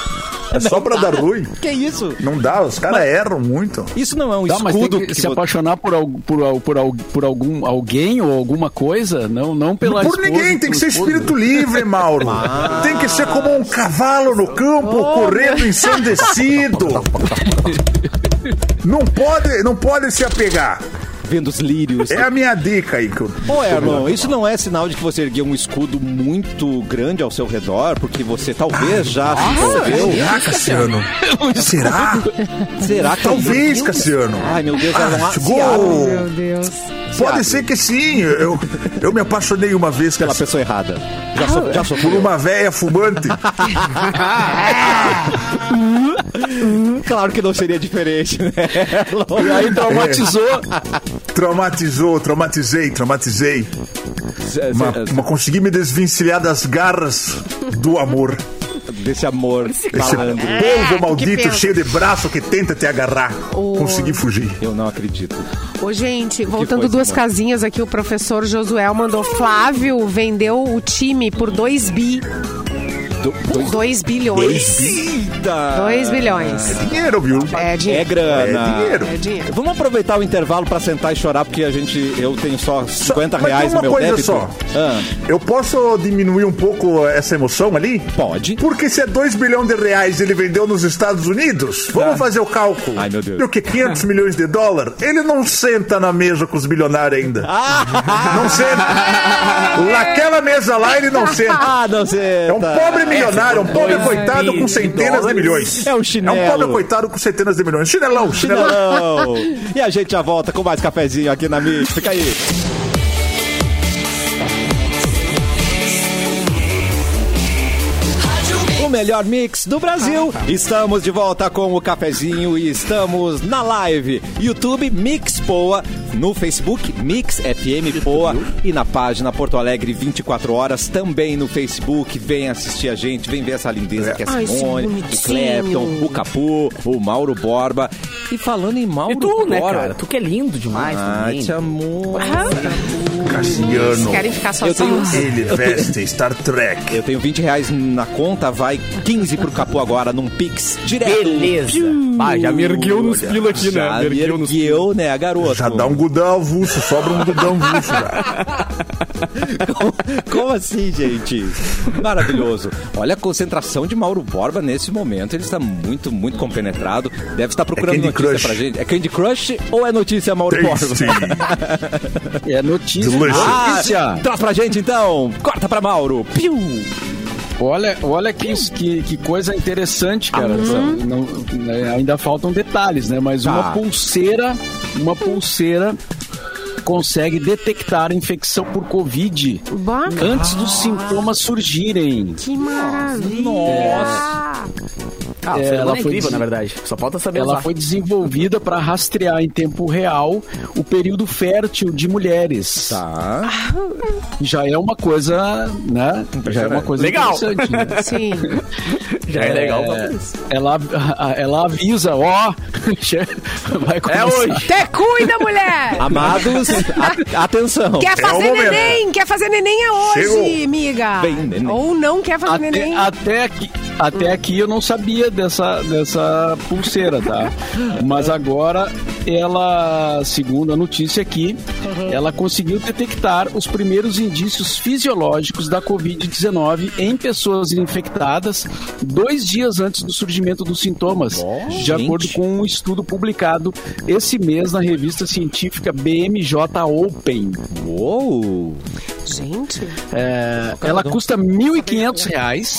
É só pra dar ruim.
Que isso?
Não dá, os caras erram muito.
Isso não é um
Tá, mas tem
escudo
que,
que
se
vo-
apaixonar por, al- por, al- por, al- por algum alguém ou alguma coisa, não, não pela
Por
esposa,
ninguém, tem
pelo
que ser
esposo.
espírito livre, Mauro. Tem que ser como um cavalo no campo, correndo ensandecido. Não pode, não pode se apegar.
vendo os lírios.
É a minha dica aí que eu
Ô, Erlon, isso não é sinal de que você ergueu um escudo muito grande ao seu redor, porque você talvez já se envolveu?
Será, Cassiano? Será?
Será que...
Talvez,
Meu Deus.
Cassiano. Ah,
Ai, meu Deus, um Erlon, se abre.
Chegou!
Meu Deus.
Pode ser que sim. Eu, eu me apaixonei uma vez
pela
Cassiano,
pessoa errada. Já, so, já
por
sofreu.
uma véia fumante.
Hum, Claro que não seria diferente, né,
E
Erlon?
aí traumatizou.
Traumatizou, traumatizei, traumatizei. Mas, mas consegui me desvencilhar das garras do amor.
Desse amor
Esse
falando.
É,
polvo
que
maldito
pena.
cheio de braço que tenta te agarrar.
O-
Consegui fugir.
Eu não acredito.
Ô, gente, voltando
foi,
duas
Simone?
casinhas aqui, o professor Josuel mandou Flávio vendeu o time por 2 bi.
Do, dois...
2 bilhões.
Eita!
2 bilhões.
Dinheiro, viu?
É
É
dinheiro.
grana.
É dinheiro.
É dinheiro.
Vamos aproveitar o intervalo pra sentar e chorar, porque a gente, eu tenho só 50
mas tem
reais
uma
no meu
coisa
débito.
só.
Ah,
Eu posso diminuir um pouco essa emoção ali?
pode.
Porque se é 2 bilhões de reais ele vendeu nos Estados Unidos, vamos fazer o cálculo.
Tá. Ai, meu Deus.
E o que? 500 milhões de dólar? Ele não senta na mesa com os bilionários ainda. não senta. Naquela mesa lá ele não senta.
Ah, não sei.
É um pobre milionário, é um pobre coitado com centenas de milhões.
É um
É um pobre
chinelo.
coitado com centenas de milhões. Chinelão, chinelão.
Não. E a gente já volta com mais cafezinho aqui na mídia. Fica aí. O melhor mix do Brasil. Estamos de volta com o cafezinho e estamos na live. YouTube Mix Poa, no Facebook Mix FM Poa e na página Porto Alegre 24 horas também no Facebook. Vem assistir a gente, vem ver essa lindeza que é
Ai, esse
Simone, o
bonitinho.
Clapton, o Capu, o Mauro Borba. E falando em Mauro
E tu, né,
Borba,
cara? Tu que é lindo demais
Ah,
Ai,
também.
te amor.
Cassiano.
Querem ficar
Eu tenho
sozinhos?
Ele veste Star Trek.
Eu tenho 20 reais na conta, vai 15 pro Capu agora num Pix direto. Hum.
Beleza.
Ah, já me ergueu nos pila aqui, né?
Já
Me
me
ergueu nos
ergueu, né, garoto?
Já dá um gudão avulso, sobra um gudão avulso. já.
Como assim, gente? Maravilhoso. Olha a concentração de Mauro Borba nesse momento. Ele está muito, muito compenetrado. Deve estar procurando
É Candy
notícia
Crush.
pra gente. É Candy Crush ou é notícia Mauro
Tasty.
Borba?
É notícia.
Delicious.
Ah,
Notícia.
traz pra gente então. Corta pra Mauro. Piu.
Olha, olha que, isso- que, que coisa interessante, cara. Não- né, ainda faltam detalhes, né? Mas
Uhum. Tá.
uma pulseira, uma pulseira consegue detectar infecção por Covid
Bah,
antes dos sintomas surgirem.
que maravilha.
Nossa.
Ah, o
É,
ser humano é
ela foi
incrível,
des-
na verdade. Só falta saber
Ela
usar.
foi desenvolvida para rastrear em tempo real o período fértil de mulheres.
Tá.
Já é uma coisa, né? Já é uma coisa
Legal.
interessante. Né?
Sim.
Já é legal. pra-
Ela, a- ela avisa, ó. vai
É
começar.
hoje.
Te cuida, mulher!
Ah, Amados, a- atenção.
Quer
É o
fazer
momento.
neném, quer fazer neném é hoje,
Chegou.
amiga.
Vem, neném.
Ou não quer fazer
Até,
neném.
até aqui, até aqui eu não sabia dessa, dessa pulseira, tá? Mas agora ela, segundo a notícia aqui, ela conseguiu detectar os primeiros indícios fisiológicos da Covid-19 em pessoas infectadas dois dias antes do surgimento dos sintomas, de
gente.
acordo com um estudo publicado esse mês na revista científica BMJ Open.
Uou!
Gente,
É, ela custa R$ 1.500 reais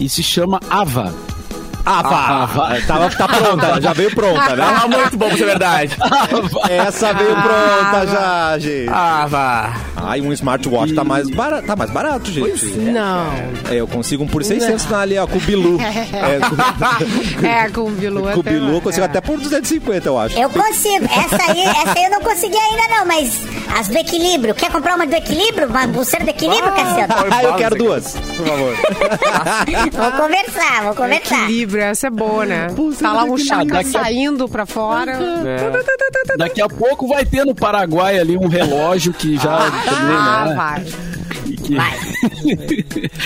e se chama Ava.
Ah, vá!
vá.
Tava, tá pronta, ela já veio pronta, né?
Ah, muito bom, isso é verdade.
Essa veio pronta já, gente.
Ah, vá.
Ah. Ai, um smartwatch tá mais barato, tá mais barato gente.
não.
É, eu consigo um por 600 na ali, ó, com o Bilu. É, com,
É, com o Bilu
com o
até
Bilu
lá,
eu consigo
é.
até por 250, eu acho.
Eu consigo. Essa aí, essa aí eu não consegui ainda, não, mas as do equilíbrio. Quer comprar uma do equilíbrio? Uma pulseira do equilíbrio, Cassiano?
Ah, eu quero duas.
Por favor.
Vou conversar, vou conversar.
Equilíbrio, essa é boa, né? Tá lá um chaca saindo pra fora. Tá,
Daqui a pouco vai ter no Paraguai ali um relógio que já também,
Ah,
né,
vai.
e que-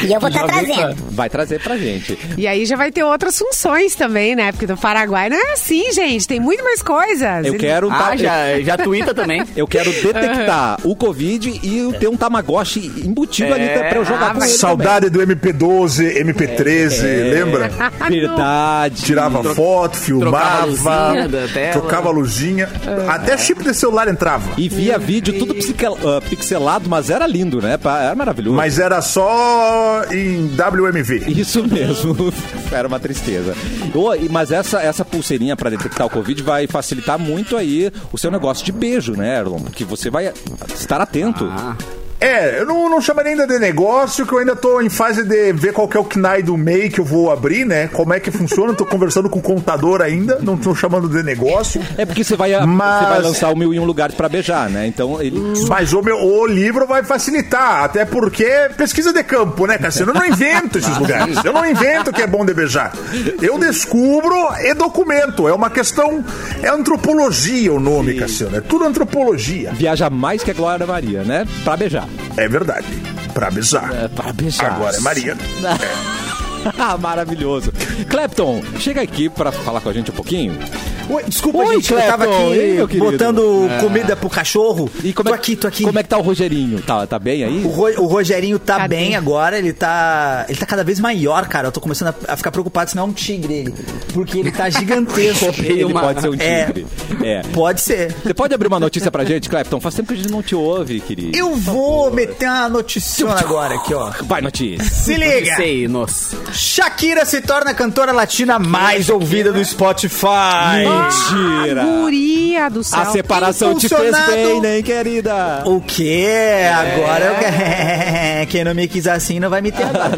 E eu vou
Já
estar
vem pra-
trazendo.
Vai trazer pra gente.
E aí já vai ter outras funções também, né? Porque do Paraguai não é assim, gente. Tem muito mais coisas.
Eu
Ele-
quero um ta-
Ah, já, já tuita também.
Eu quero detectar o Covid e eu ter um Tamagotchi embutido ali
É,
pra eu jogar
ah,
com ele
Saudade do MP12, MP13,
É,
lembra?
também. Verdade.
Ah, Tirava foto,
trocava a
filmava,
luzinha da tela.
trocava a luzinha. Até chip de celular entrava.
É. E via vídeo tudo psiquel- ah, pixelado, mas era lindo, né? Pa- Era maravilhoso.
Mas era só em WMV.
Isso mesmo. Era uma tristeza. Ô, e- mas essa, essa pulseirinha para detectar o Covid vai facilitar muito aí o seu negócio de beijo, né, Erlon? Porque você vai estar atento.
É, eu não, não chamaria ainda de negócio, que eu ainda tô em fase de ver qual que é o KNAI do MEI que eu vou abrir, né? Como é que funciona, tô conversando com o contador ainda, não tô chamando de negócio.
É porque você vai,
Mas-
você vai lançar o mil e um lugares para beijar, né? Então ele.
Mas o, meu, o livro vai facilitar, até porque é pesquisa de campo, né, Cassiano? Eu não invento esses lugares. Eu não invento que é bom de beijar. Eu descubro e documento. É uma questão. É antropologia o nome, Cassiano. É tudo antropologia.
Viaja mais que a Glória Maria, né? Pra beijar.
É verdade. Pra beijar.
É, pra beijar.
Agora é Maria.
Ah, maravilhoso. Clapton, chega aqui pra falar com a gente um pouquinho.
Oi, desculpa,
Oi,
gente, eu tava
Clepton,
aqui
e aí, meu querido? É.
botando comida pro cachorro. tô aqui, tô aqui.
Como é que tá o Rogerinho? Tá, tá bem aí?
O, Ro- o Rogerinho tá
Cadê?
bem agora, ele tá. Ele tá cada vez maior, cara. Eu tô começando a, a ficar preocupado se não é um tigre ele. Porque ele tá gigantesco.
Ele
uma-
pode ser um
É.
tigre. É.
Pode ser.
Você pode abrir uma notícia pra gente, Clapton? Faz tempo que a gente não te ouve, querido.
Eu vou meter uma notícia agora aqui, ó.
Vai, notícia.
Se liga!
Sei, nossa.
Shakira se torna a cantora latina mais ouvida do Spotify.
Mentira!
Guria do céu.
A separação te fez
Impulsionado.
bem, né, querida?
O quê? Agora eu...
É.
que- Quem não me quis assim não vai me ter agora.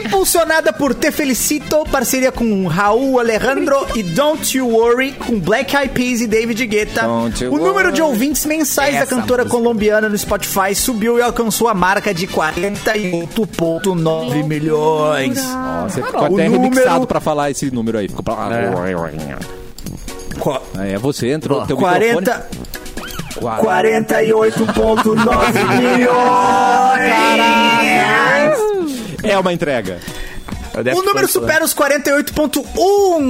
Impulsionada por Te Felicito, parceria com Raul Alejandro e Don't You Worry com Black Eyed Peas e David Guetta.
Don't you
O número de ouvintes mensais da cantora colombiana no Spotify subiu e alcançou a marca de 48.9 milhões.
Nossa, você ficou até
o número-
remixado pra falar esse número aí. Ficou...
Co-
É, é você entrou. Teu
40
microfone...
48.9 milhões!
É uma entrega.
O número
né?
supera os 48.1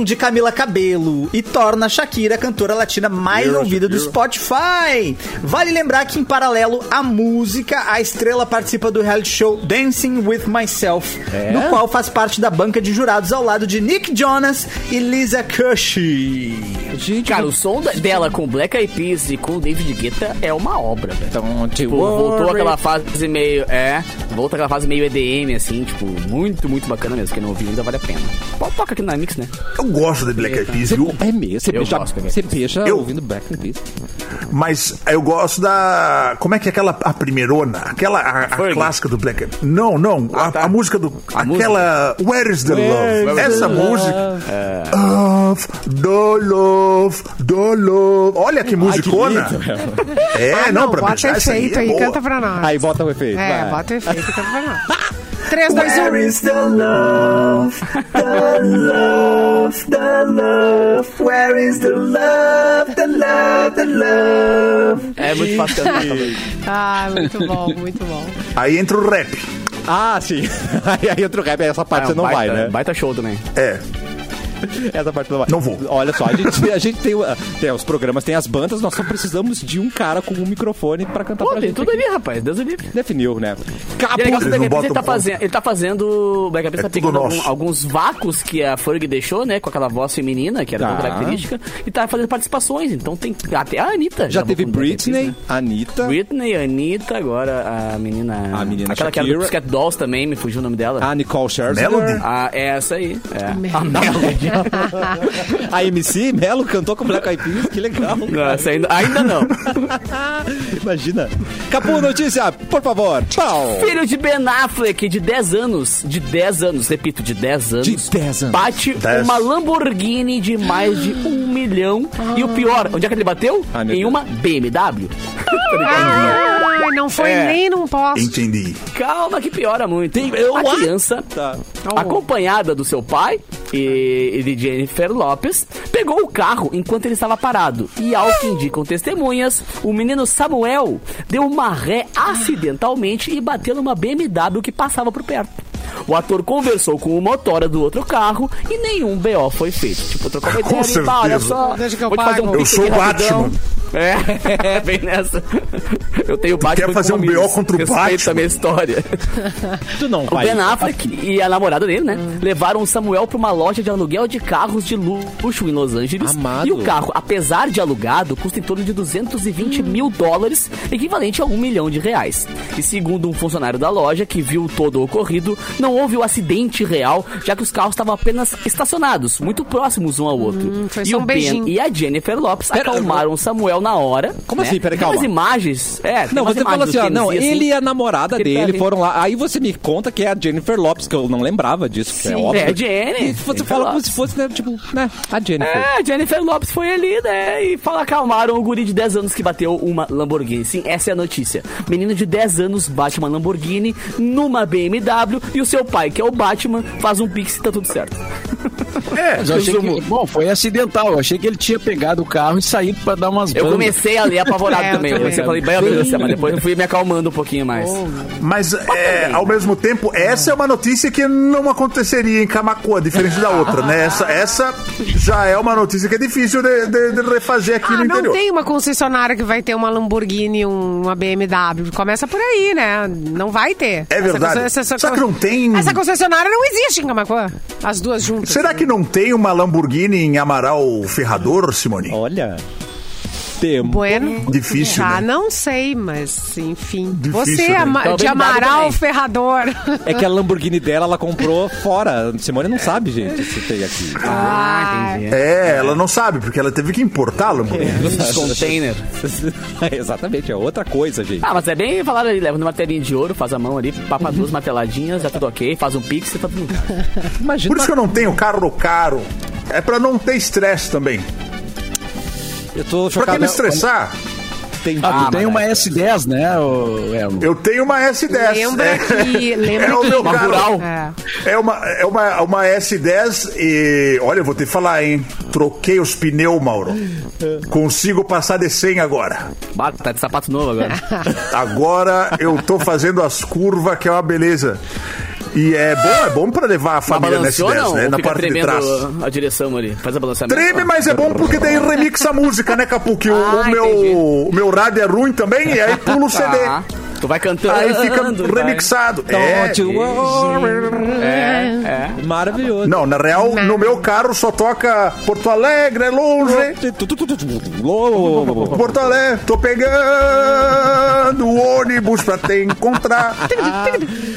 de Camila Cabelo e torna a Shakira a cantora latina mais ouvida do Spotify. Vale lembrar que, em paralelo à música, a estrela participa do reality show Dancing With Myself,
É?
no qual faz parte da banca de jurados ao lado de Nick Jonas e Lisa Cushy.
Gente,
Cara, o som da- dela com Black Eyed Peas e com o David Guetta é uma obra, velho.
Então,
Don't you
Tipo, voltou aquela fase meio. É, volta aquela fase meio EDM, assim, tipo, muito, muito bacana mesmo. Quem não ouviu ainda vale a pena. Pô, Toca aqui na Mix, né?
Eu gosto de Black Eyed Peas, viu?
É mesmo, você
Eu
beija,
gosto,
você beija
Eu-
ouvindo Black and Peas.
Mas eu gosto da. Como é que é aquela. A primeirona? Aquela. A, a
Fergie.
clássica do Black Eyed Não, não. A, Ah, tá. a música do. aquela. Where is the Love? É.
is
Essa
the
música. Of the Love. The Love. Olha que musicona. é,
Ah,
não, pra
bota
beijar essa aí.
efeito
é
aí,
boa.
canta pra nós.
Aí bota o efeito.
É,
vai.
bota o efeito e canta pra nós. 3, 2, 1.
Where is the love? The love, the love. Where is the love? The love, the love.
É muito fácil cantar também.
Ah, muito bom, muito bom.
Aí entra o rap.
Ah, sim. Aí, aí entra o rap, essa parte
É um
você não
baita,
vai, né?
Baita show também.
É.
Essa parte não vai.
Não vou.
Olha só, a gente, a gente tem, uh, tem os programas, tem as bandas, nós só precisamos de um cara com um microfone pra cantar
Pô,
pra
tem
gente.
tudo ali, rapaz. Deus o livre.
Definiu, né? Capu...
E é legal que o Black Eyed
Eles não
Peas, ele
botam
tá,
ponto.
fazendo, ele tá fazendo. O Black Eyed Peas
É
tá
tudo
pegando
nosso.
algum- alguns vácuos que a Ferg deixou, né? Com aquela voz feminina, que era tão
Tá.
característica, e tá fazendo participações. Então tem. Até a Anitta.
Já teve
botou no Black Eyed Peas,
Britney,
né?
Anitta.
Britney, Anitta, agora a menina.
A menina
Aquela que era
Shakira. Ah.
do Cat Dolls também, me fugiu o nome dela.
A Nicole Scherzinger.
Melody.
Ah, é essa aí. É. A Melody.
A MC Melo cantou com Black Eyed Peas, que legal.
Não, essa ainda, ainda não.
Imagina. Capu, notícia, por favor. Pau.
Filho de Ben Affleck, de 10 anos, de 10 anos, repito, de 10 anos.
De 10 anos.
Bate
Dez.
uma Lamborghini de mais de um milhão. E o pior, onde é que ele bateu?
Ah, meu
em
Deus.
uma BMW.
Ai, não foi
É.
nem num poste.
Entendi.
Calma que piora muito. a criança,
Tá.
Tá
acompanhada do seu pai e, e de Jennifer Lopes, pegou o carro enquanto ele estava parado. E ao que indicam testemunhas, o menino Samuel deu uma ré acidentalmente e bateu numa BMW que passava por perto. O ator conversou com o motora do outro carro e nenhum BO foi feito. Tipo, trocou uma
Com
ideia ali, "Bah, olha
certeza.
só.
Deixa que eu
vou te fazer
pago."
Eu
pix
sou
aqui
o
rapidão."
Batman.
É, é, bem nessa. Eu tenho o Batman.
quer fazer
como
um BO
amigos.
contra o
Respeito
Batman?
a minha história.
Tu não
O
vai. Hum.
Ben Affleck e a namorada dele, né? Levaram o Samuel pra uma loja de aluguel de carros de luxo em Los Angeles.
Amado.
E o carro, apesar de alugado, custa em torno de
Hum.
220 mil dólares, equivalente a um milhão de reais. E segundo um funcionário da loja, que viu todo o ocorrido, não houve o acidente real, já que os carros estavam apenas estacionados, muito próximos um ao outro.
Hum,
foi
e
só
o
um
Ben
beijinho.
e a Jennifer Lopes acalmaram o Samuel na hora. né?
Como assim? Peraí,
Tem umas
calma.
imagens. É, tem
Não,
umas
você falou
imagens
assim,
do
ó, não,
TMZ,
ele e a namorada
que ele tá
dele
ali.
foram lá. Aí você me conta que é a Jennifer Lopes, que eu não lembrava disso, que é óbvio.
É, Jenny.
E você
Jennifer
fala como
Lopes.
se fosse, né, tipo, né, a Jennifer.
É, Jennifer Lopes foi ali, né? E fala, acalmaram o guri de 10 anos que bateu uma Lamborghini. Sim, essa é a notícia. Menino de 10 anos bate uma Lamborghini numa BMW e o seu pai, que é o Batman, faz um pix e tá tudo certo.
É,
Mas eu achei que, bom, foi acidental. Eu achei que ele tinha pegado o carro e saído pra dar umas
Eu
bandas.
comecei a ler apavorado
É, eu
também.
também.
Eu
Oh,
comecei a falar, bem ambulância, mas depois eu fui me acalmando um pouquinho mais.
Mas, é, ao
né?
mesmo tempo, essa é uma notícia que não aconteceria em Camacuã, diferente da outra, né? Essa, essa já é uma notícia que é difícil de, de- de refazer aqui
Ah,
no
não
interior.
tem uma concessionária que vai ter uma Lamborghini, um- uma BMW. Começa por aí, né? Não vai ter.
É verdade. Será que não tem-
Essa concessionária não existe em Camacuã. As duas juntas.
Será que não tem uma Lamborghini em Amaral Ferrador, Simone?
Olha. Temo.
Bueno.
Difícil,
Ah,
né?
não sei, mas enfim.
Difícil,
Você,
né?
ama-
Talvez
de
dado
Amaral
também.
Ferrador.
É que a Lamborghini dela, ela comprou fora. Simone não sabe, gente, se tem aqui.
Ah,
É, ela não sabe, porque ela teve que
É.
importar a Lamborghini.
Container.
Exatamente, é outra coisa, gente.
Ah, mas é bem falar ali, leva numa telinha de ouro, faz a mão ali, papa duas mateladinhas, já tudo ok, faz um pix e tá tudo
Imagina
Por isso que eu
tá-
não tenho carro caro. É pra não ter estresse também.
eu tô
Pra que
chocado.
me estressar?
um-
Tem...
Ah, tu
Ah,
tem
mas
uma S10, né? ô, Elmo?
Eu tenho uma S10.
Lembra
é.
que- lembra
é o
que-
meu
Uma
carro.
rural.
É.
É uma, é uma, uma S10 e. Olha, eu vou ter que falar, hein? Troquei os pneus, Mauro. Consigo passar de 100 agora.
Bata, tá de sapato novo agora.
Agora eu tô fazendo as curvas, que é uma beleza. E é bom, é bom pra levar a
Mas
família na
balanceou
S10,
não?
né?
Ou
Na
fica
parte de
tremendo
trás.
a- a direção ali, faz a balançamento.
Treme, mas é bom porque daí remixa a música, né, Capu? Que o,
Ah,
o
entendi.
meu, o meu rádio é ruim também, e aí pula o CD.
Ah, tu vai cantando. tá?
Aí fica
vai.
remixado.
Tá
É,
Don't you worry.
É, é.
Maravilhoso.
Não, na real, no meu carro só toca Porto Alegre, é longe. Porto Alegre, tô pegando o ônibus pra te encontrar.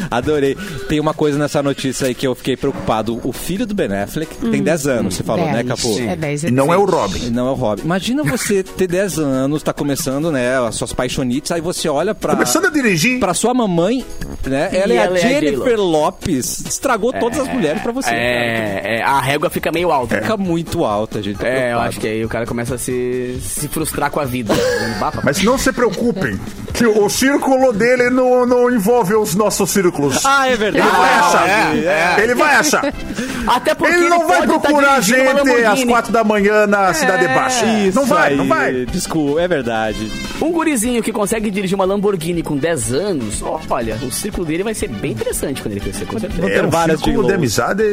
Adorei. Tem uma coisa nessa notícia aí que eu fiquei preocupado. O filho do Ben Affleck tem 10 anos, você falou, né, Capô?
É 10
E não é o Robin.
Não é o Robin. Imagina você ter 10 anos, tá começando, né, as suas paixonites, aí você olha pra...
Começando a dirigir.
Pra sua mamãe, né? Ela é
ela
a
é a
Jennifer Lopes. Estragou todas as mulheres pra você. cara.
É, é, a régua fica meio alta.
É.
Fica muito alta, gente. Tô
É, eu
preocupado.
acho que aí o cara começa a se, se frustrar com a vida. Bah, papai.
Mas não se preocupem, que o círculo dele não, não envolve os nossos círculos.
Ah, é
Ele
verdade.
vai achar. Ele vai achar.
Até porque
ele não vai
pode tá
procurar a
dirigindo uma
gente às
Lamborghini.
quatro da manhã na Cidade Baixa.
Isso
não vai, não
aí.
vai.
Desculpa, é verdade.
Um gurizinho que consegue dirigir uma Lamborghini com 10 anos, ó, olha, o círculo dele vai ser bem interessante quando ele crescer, com certeza.
É um
várias
círculo
J-Los.
de amizade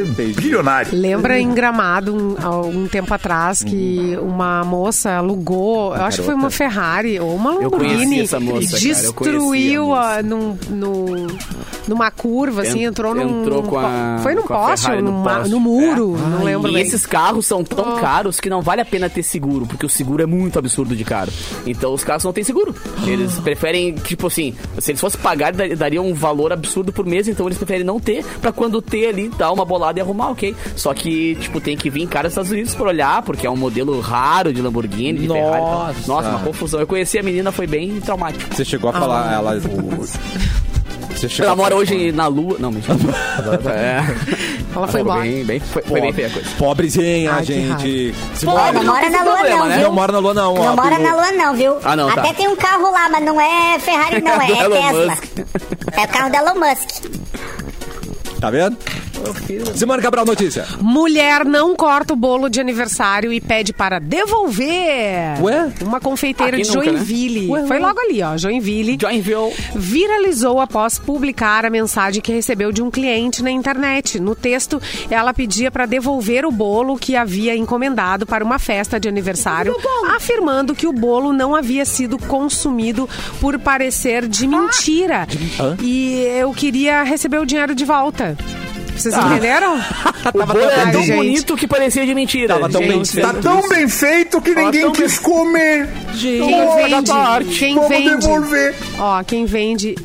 bilionário.
Lembra em Gramado, um, há algum tempo atrás, que uma moça alugou, eu acho que foi uma Ferrari ou uma
Eu conheci
Lamborghini,
essa moça, cara, eu conheci a
destruiu
moça.
a- num- no- numa curva, assim,
Ent-
entrou num...
entrou com a-
po- foi num
com a
poste,
Ferrari
ou
no
numa-
poste. É. Ah,
no muro, não lembro
E
bem.
esses carros são tão caros que não vale a pena ter seguro, porque o seguro é muito absurdo de caro. Então os carros não têm seguro. Eles
Ah.
preferem, tipo assim, se eles fossem pagar, dar- daria um valor absurdo por mês, então eles preferem não ter, pra quando ter ali, dar uma bolada e arrumar, ok. Só que, tipo, tem que vir cara dos Estados Unidos pra olhar, porque é um modelo raro de Lamborghini, de Ferrari. e tal.
Nossa.
Nossa, uma confusão. Eu conheci a menina, foi bem traumático.
Você chegou a falar, ela. o- Você chegou
Tipo, Ela
a falar-
mora hoje na lua. Não, mentira. É.
Ela foi embora.
Bem, bem, foi, foi bem feia a coisa.
Pobrezinha,
Ai, que
gente. Se
Ó, não
mora,
mora na lua
problema,
não,
né?
viu?
não mora na lua, não. ó,
Não mora
Bilu.
na lua não, viu?
Ah, não, tá.
Até tem um carro lá, mas não é Ferrari não, é
Do Elon
Tesla.
Musk.
É o carro da Elon Musk.
Tá vendo? Simone Cabral, notícia.
Mulher não corta o bolo de aniversário e pede para devolver.
Ué?
Uma confeiteira
Aqui
de
nunca, né?
Joinville. Foi logo ali, ó. Joinville.
Joinville.
Viralizou após publicar a mensagem que recebeu de um cliente na internet. No texto, ela pedia para devolver o bolo que havia encomendado para uma festa de aniversário, afirmando que o bolo não havia sido consumido por parecer de mentira. E eu queria receber o dinheiro de volta. Vocês entenderam?
O bolo era
Ai,
é tão
gente.
bonito que parecia de mentira.
Tava tão
Gente,
bem feito.
Tá tão bem feito que ninguém
tão
quis comer.
Quem
Olha,
vende,
da arte,
quem
como
vende,
devolver.
ó, quem vende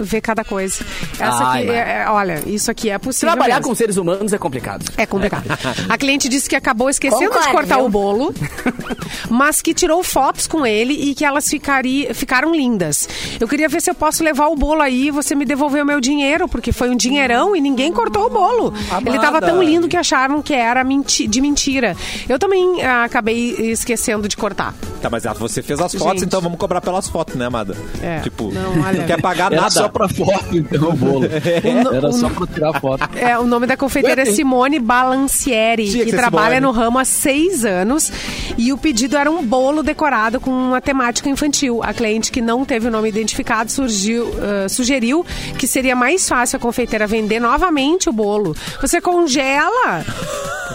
vê cada coisa. Essa
Ai,
aqui,
mano.
é- é- olha, isso aqui é possível.
Trabalhar
mesmo.
com seres humanos é complicado.
É complicado. A cliente disse que acabou esquecendo de
Concordo,
cortar
viu?
o bolo, mas que tirou fotos com ele e que elas ficari- ficaram lindas. Eu queria ver se eu posso levar o bolo aí e você me devolver o meu dinheiro, porque foi um dinheirão e ninguém cortou o bolo. Ele estava tão lindo que acharam que era menti- de mentira. Eu também ah, acabei esquecendo de cortar.
Tá, mas ah, você fez as fotos,
Gente.
então vamos cobrar pelas fotos, né, amada?
É.
Tipo,
Não,
não,
olha.
quer pagar
Era
nada.
só pra foto, então, o bolo. Era só pra tirar foto.
É, o nome da confeiteira é Simone Balancieri,
Tinha que
que
ser
trabalha
Simone.
no ramo há seis anos. E o pedido era um bolo decorado com uma temática infantil. A cliente que não teve o nome identificado surgiu, ah, sugeriu que seria mais fácil a confeiteira vender novamente o bolo. Você congela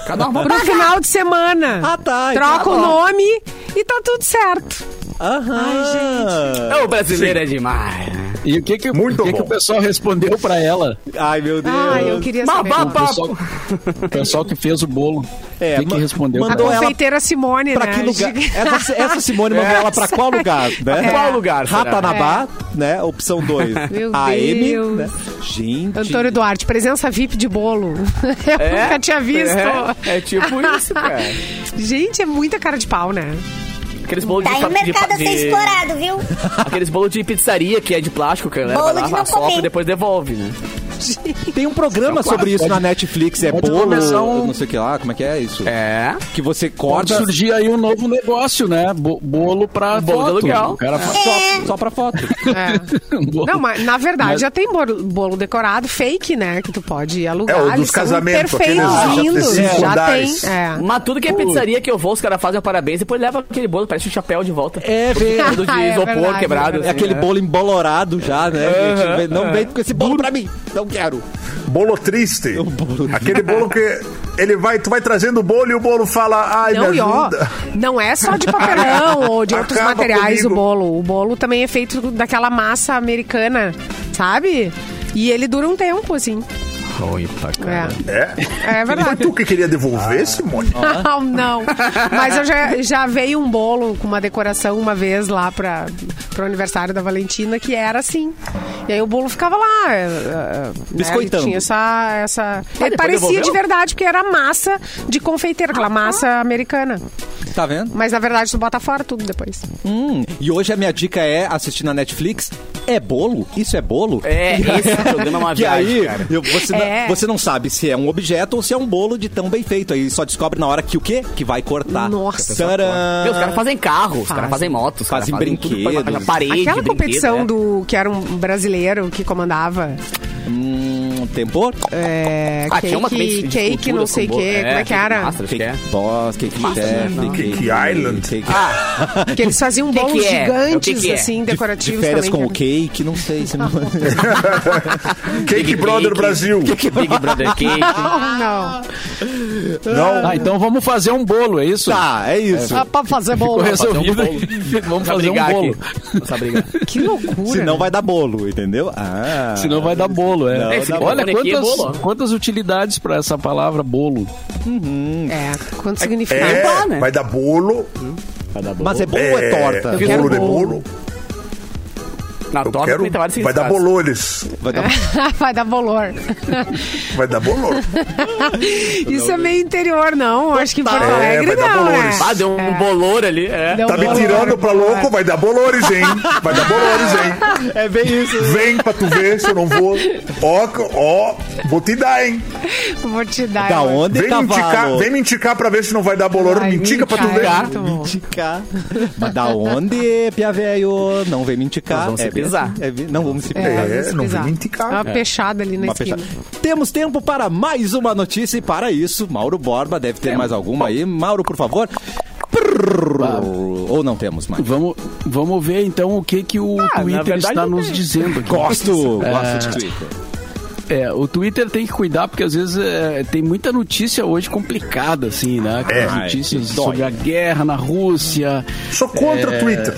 um é
pro final de semana.
Ah, tá, tá
Troca
bom.
o nome e tá tudo certo.
tá. Aham.
É, o brasileiro é demais.
E o que que,
Muito
o, que que
bom.
o pessoal respondeu pra ela?
Ai, meu Deus.
Ah, eu queria saber.
O pessoal, o pessoal que fez o bolo.
É,
o que, que
ma-
respondeu? pra
A
mandou
ela?
ela
confeiteira Simone,
Pra
né?
que lugar?
Diga-
Essa, essa Simone mandou ela pra qual lugar? Né?
É. Qual
lugar será?
Ratanabá, né? Opção 2.
É. Meu
AM.
Deus.
Né? Gente.
Antônio Duarte, presença VIP de bolo. Eu nunca tinha visto.
É, é tipo isso, cara.
Gente, é muita cara de pau, né?
Aqueles bolos
Tá
de,
aí o
de-
mercado a ser
de-
explorado, viu?
Aqueles bolos de pizzaria que é de plástico, que leva
Bolo de
lá,
não
assopra
comer.
e depois devolve, né?
Tem um programa sobre isso na Netflix. É
pode
bolo,
começar um-
não sei o que lá. Como é que é isso?
É.
Que você
Pode
corta
surgir aí um novo negócio, né? Bo- bolo pra
Bolo de
foto.
aluguel.
O cara
É.
faz
só, só pra foto.
um bolo.
É. Não, mas na verdade
Mas-
já tem bolo, bolo decorado fake, né? Que tu pode alugar.
É, o dos
Eles são
casamentos,
Perfeitos,
aqueles
lindos.
artistas
um Já tem.
secundários.
É.
Mas tudo que é pizzaria que eu vou, os caras fazem o parabéns, depois leva aquele bolo, parece um chapéu de volta.
É, vê.
Todo de
É
isopor
verdade,
quebrado. assim.
é
É aquele bolo embolorado já, né? gente? Vê- Não vem com esse bolo pra mim. Não quero.
Bolo triste.
bolo
Aquele bolo que ele vai, tu vai trazendo o bolo e o bolo fala, ai,
Não,
me
e ó,
ajuda.
não é só de papelão ou de outros
Acaba
materiais
comigo.
o bolo. O bolo também é feito daquela massa americana, sabe? E ele dura um tempo, assim. É,
É.
é
Foi
verdade.
tu que queria
Ah.
devolver, Simone?
Não, não. Mas eu já, já veio um bolo com uma decoração uma vez lá para o aniversário da Valentina, que era assim. E aí o bolo ficava lá. eh, eh,
Biscoitando.
Né? Tinha essa. essa... Ele
depois
parecia de
devolveu?
verdade, porque era massa de confeiteira,
Ah,
aquela
tá.
massa americana.
Tá vendo?
Mas na verdade tu bota fora tudo depois.
Hum, e hoje a minha dica é assistir na Netflix é bolo? Isso é bolo?
É, esse programa é uma
Que
viagem,
aí
cara.
eu- você,
É.
não, você não sabe se é um objeto ou se é um bolo de tão bem feito. Aí só descobre na hora que o quê? Que vai cortar.
Nossa.
Tcharam!
Meu, os caras fazem carro, os caras fazem motos, os caras
Fazem
tudo, fazem
brinquedos.
parede,
Aquela
brinquedo,
competição
é.
do que era um brasileiro que comandava.
Hum, tempo?
É,
Ah, tinha uma também de
cake, cake,
escultura
não sei o
com bolo.
que. Como é que era?
Master, acho que é.
Cake Boss, Cake Chef,
né?
Cake Island.
Cake
Que eles faziam
que
bolos
é?
gigantes,
O que que é?
assim,
de,
decorativos
de férias
também. né?
com o
que
cake, não sei se não...
Cake Brother Brasil.
Big Brother Cake.
era- Ah, Não,
Não.
Ah, então vamos fazer um bolo, é isso?
Tá, é isso.
não. Ah, Pra fazer
Ficou
bolo.
resolvido. vamos fazer um bolo.
Nossa, briga.
Que loucura.
né?
Senão vai dar bolo, entendeu? Ah.
Senão vai dar bolo, é.
Não,
É,
dá
se-
bolo.
Olha
Bonequinho é
quantas,
bolo.
quantas utilidades pra essa palavra bolo.
É, quanto significado.
É,
Dá, né?
vai dar bolo.
Mas é bom ou é torta?
quero
Bolo de
bolo.
bolo.
Na
Eu
torta
quero,
tem trabalho sem
vai dar
descanso.
bolores.
Vai dar
Vai dar bolor.
Vai dar bolor.
É um Isso é meio interior, não? Acho que em Porto
É,
Alegre
vai dar
não, né?
bolores.
Ah, deu um bolor ali, é.
Deu
Tá me
bolor,
tirando pra
bolor.
louco, vai dar bolores, hein? Vai dar bolores, hein?
É bem isso.
Vem pra tu ver se eu não vou. Ó, ó, vou te dar, hein?
Vou te dar.
Da
eu-
onde,
Vem me, indicar,
cavalo?
vem me indicar pra ver se não vai dar bolor.
Ai,
me indica pra tu ver.
cara, muito bom.
Minticar. Mas da onde, pia velho? Não vem minticar.
Nós vamos
é
se
bem
pisar.
assim, é bem- não vamos se
É,
pisar.
vamos
não vem
pisar.
me indicar.
É Uma pechada ali na
Uma
esquina.
fechada. Temos tempo para mais uma notícia e para isso, Mauro Borba deve ter mais alguma aí. Mauro, por favor. Prrr. Ou não temos mais.
Vamos, vamos ver então o que, que o Twitter
verdade,
está
não
nos
tem.
dizendo. aqui.
Gosto, gosto de Twitter.
É, o Twitter tem que cuidar, porque às vezes é, tem muita notícia hoje complicada, assim, né? Aquelas
Ai,
notícias
que dói.
sobre a guerra na Rússia.
Sou contra o Twitter.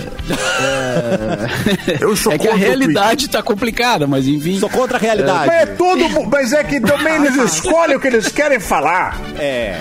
Eu sou
é que a
contra o
realidade tá complicada, mas enfim.
Sou contra a
Mas é
realidade.
todo. bu- Mas é que também eles escolhem o que eles querem falar.
É.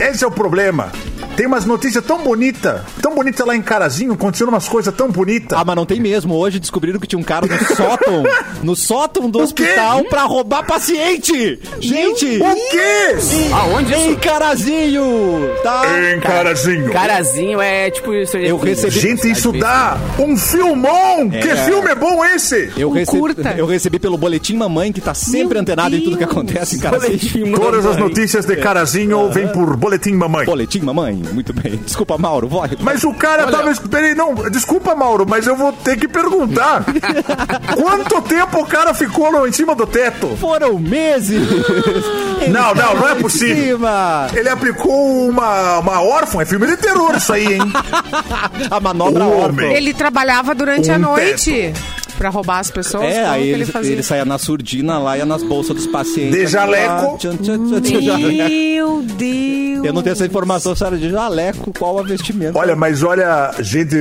Esse é o problema. Tem umas notícias tão bonitas, tão bonitas lá em Carazinho, acontecendo umas coisas tão bonitas.
Ah, mas não tem mesmo. Hoje descobriram que tinha um cara no sótão, no sótão do
O quê?
hospital pra roubar paciente. Gente!
O quê?
Aonde
Em
isso?
Carazinho! Tá?
Em Carazinho.
Carazinho é tipo isso.
Eu recebi-
Gente, isso dá um filmão! Que filme é bom esse?
Eu
Um
recebi,
curta.
eu recebi pelo boletim mamãe, que tá sempre
Meu
antenado em tudo que
Deus.
acontece em Carazinho.
Todas
é.
as notícias de Carazinho vêm por Boletim Mamãe.
Boletim mamãe? Muito bem. Desculpa, Mauro. Vai.
Mas o cara tava. es- Peraí, não, desculpa, Mauro, mas eu vou ter que perguntar. Quanto tempo o cara ficou no- em cima do teto?
Foram meses!
Não, não, não é possível.
Cima.
Ele aplicou uma, uma órfã, é filme de terror isso aí, hein?
A manobra
Homem.
órfã.
Ele trabalhava durante
Um
a noite pra roubar as pessoas.
É,
como
aí
que
ele,
ele fazia?
ele saia na surdina lá, ia nas bolsas dos pacientes.
De jaleco.
Ah, tchan, tchan, tchan, tchan, jaleco.
Meu Deus.
Eu não tenho essa informação, se era de jaleco, qual o vestimenta.
Olha, mas olha, gente,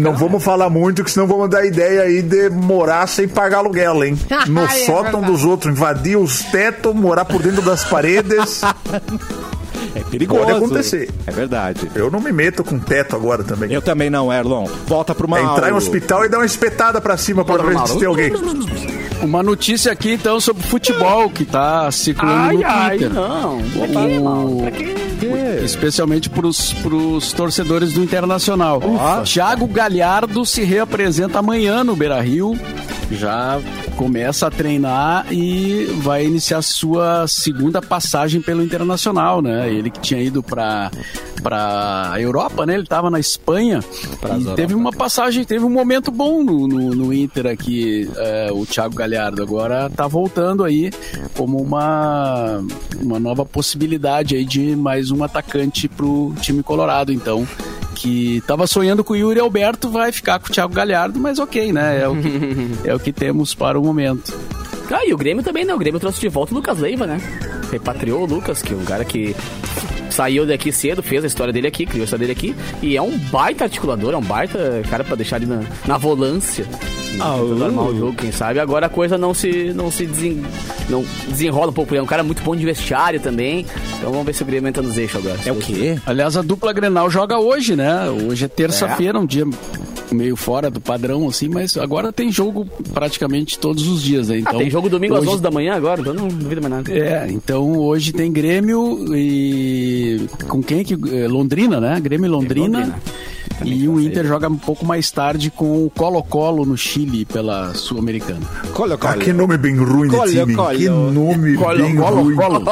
não vamos falar muito, que senão vamos dar ideia aí de morar sem pagar aluguel, hein? No
É
sótão
verdade.
dos outros, invadir os tetos, morar por dentro das paredes.
é perigoso.
pode acontecer.
É verdade.
Eu não me meto com teto agora também.
Eu também não, Erlon. Volta pro
É
Mauro.
entrar em um hospital e dar uma espetada pra cima pra ver se tem alguém.
Uma notícia aqui, então, sobre futebol que tá circulando
Ai,
no
ai,
Twitter.
não. é
O- Especialmente pros, pros torcedores do Internacional. Thiago Galhardo se reapresenta amanhã no Beira Rio. Já começa a treinar e vai iniciar sua segunda passagem pelo Internacional, né? Ele que tinha ido para para Europa, né? Ele estava na Espanha e teve uma passagem, teve um momento bom no, no, no Inter aqui, é, o Thiago Galhardo agora tá voltando aí como uma uma nova possibilidade aí de mais um atacante pro time colorado, então que tava sonhando com o Yuri Alberto vai ficar com o Thiago Galhardo, mas ok, né? É o que, é o que temos para o momento.
Ah, e o Grêmio também, né? O Grêmio trouxe de volta o Lucas Leiva, né? Repatriou o Lucas, que é um cara que saiu daqui cedo, fez a história dele aqui, criou a história dele aqui. E é um baita articulador, é um baita cara pra deixar ali na, na volância. Ah, normal o jogo, quem sabe. Agora a coisa não se, não se desen, não desenrola um pouco. Ele é um cara muito bom de vestiário também. Então vamos ver se o Grêmio entra nos eixos agora.
É o quê?
Aliás, a dupla Grenal joga hoje, né? Hoje é terça-feira, um dia meio fora do padrão, assim, mas agora tem jogo praticamente todos os dias, né?
Ah,
Então,
tem jogo domingo às
hoje-
11 da manhã agora, então não duvido mais nada.
É, então hoje tem Grêmio e. Com quem que. eh, é, Londrina, né? Grêmio e Londrina.
Londrina.
também.
E o
francês.
Inter joga um pouco mais tarde com o Colo-Colo no Chile pela Sul-Americana.
Colo,
Ah,
colo.
que nome bem ruim de
Colo,
time.
colo.
Que nome bem ruim.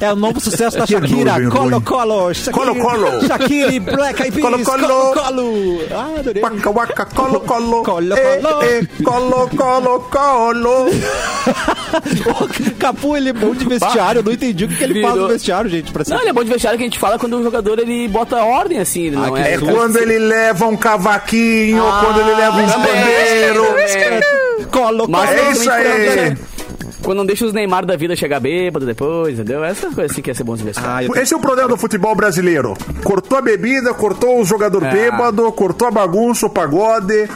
É o novo sucesso da
Que nome
Shakira.
ruim.
Colo, colo. Shakira-
Colo, colo.
Shakira e Black Eyed Peas.
Colo, colo.
Colo, colo. Ah, adorei.
Waka, waka, colo, colo.
Colo,
Eh,
colo.
eh, colo, colo, colo.
Ô, Capu, ele é bom de vestiário. Eu não entendi o que, que ele faz no
Virou.
vestiário, gente. Pra ser...
Não, ele é bom de vestiário que a gente fala quando o jogador ele bota ordem assim, ele não é. Ah,
É quando ele leva um cavaquinho, ou quando ele leva um escondeiro.
é,
Colo, colo.
Mas
É isso aí.
Quando não deixa os Neymar da vida chegar bêbado depois, entendeu? Essas coisas assim que ia ser bom de vestiário.
Ah, eu
Esse é o problema do futebol brasileiro. Cortou a bebida, cortou o jogador
É.
bêbado, cortou a bagunça, o pagode.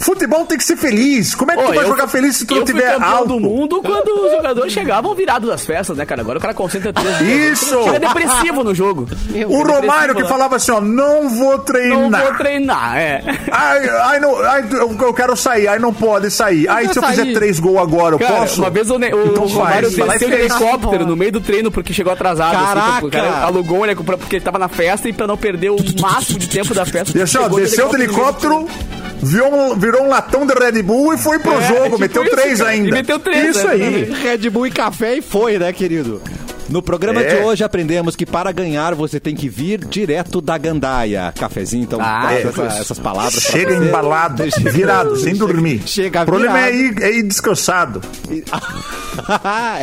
Futebol tem que ser feliz. Como é que
Pô,
tu vai
eu-
jogar feliz se tu não
eu fui
tiver
campeão
alto?
do mundo quando os jogadores chegavam virados das festas, né, cara? Agora o cara concentra três
Isso!
Chega depressivo no jogo.
O Romário que falava assim, ó, não vou
Não vou
treinar.
treinar, é.
Ai, ai, não, ai, eu eu quero sair, ai não pode sair. Ai, se eu fizer três gols agora, eu
Cara,
posso?
uma vez o, ne o
Então
Romário
faz, vai
desceu de
fez.
helicóptero no meio do treino porque chegou atrasado. assim,
Caraca!
tipo, o cara alugou, né, pra- porque ele tava na festa e pra não perder o máximo de tempo da festa.
E assim, ó,
chegou de
desceu do helicóptero, virou um, virou um latão de Red Bull e foi pro jogo.
tipo
meteu
isso,
três
cara.
ainda.
E meteu três,
Isso
né?
aí.
Red Bull e café e foi, né, querido? No programa
É.
de hoje aprendemos que para ganhar você tem que vir direto da gandaia. Cafezinho, então,
Ah,
traz
é.
essa- essas palavras. pra
Chega
você.
embalado, virado, sem
Chega-
dormir.
Chega
o problema é
virado.
ir, é ir descansado.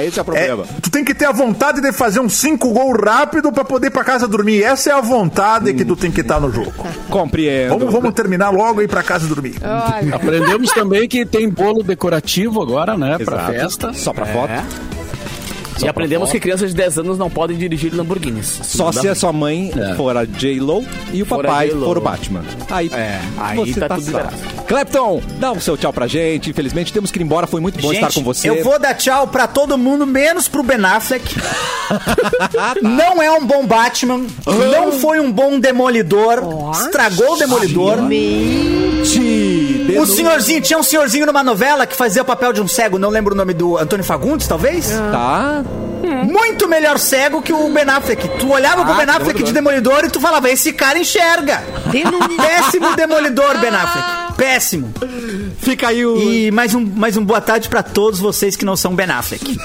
Esse é o
É,
problema.
tu tem que ter a vontade de fazer uns cinco gols rápido pra poder ir pra casa dormir. Essa é a vontade que tu tem que estar no jogo.
É
Compreendo.
Vamos, vamos terminar logo e ir pra casa dormir.
Olha,
Aprendemos também que tem bolo decorativo agora, né? Pra
Exato.
festa.
Só
É.
pra foto.
E aprendemos que crianças de 10 anos não podem dirigir Lamborghinis.
Só se a sua mãe
É.
for a J-Lo e o
For a
papai
J.Lo.
for o Batman. Aí,
É, aí
você
tá
tá,
tudo
salvo.
liberado.
Clepton, dá o seu tchau pra gente. Infelizmente temos que ir embora. Foi muito bom estar Tá com você.
Eu vou dar tchau pra todo mundo, menos pro Ben Affleck. Não é um bom Batman.
Ah.
Não foi um bom demolidor. Estragou o demolidor.
Te
O
denu-
senhorzinho, tinha um senhorzinho numa novela que fazia o papel de um cego, não lembro o nome do Antônio Fagundes, talvez?
Tá?
Muito melhor cego que o Ben Affleck. Tu olhava pro Ben Affleck de Demolidor e tu falava, esse cara enxerga. Péssimo Demolidor, Ben Affleck. Péssimo.
Fica aí o.
E mais um, mais um boa tarde pra todos vocês que não são Ben Affleck.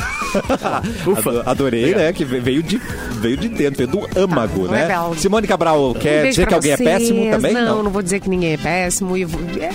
Ado- Adorei, né? Que ve- veio de, veio de dentro, veio do âmago, né?
Ah, legal.
Simone Cabral,
Um
quer
beijo
dizer que
pra
alguém
vocês.
é péssimo também?
Não, não, vou dizer que ninguém é péssimo. E vou- É,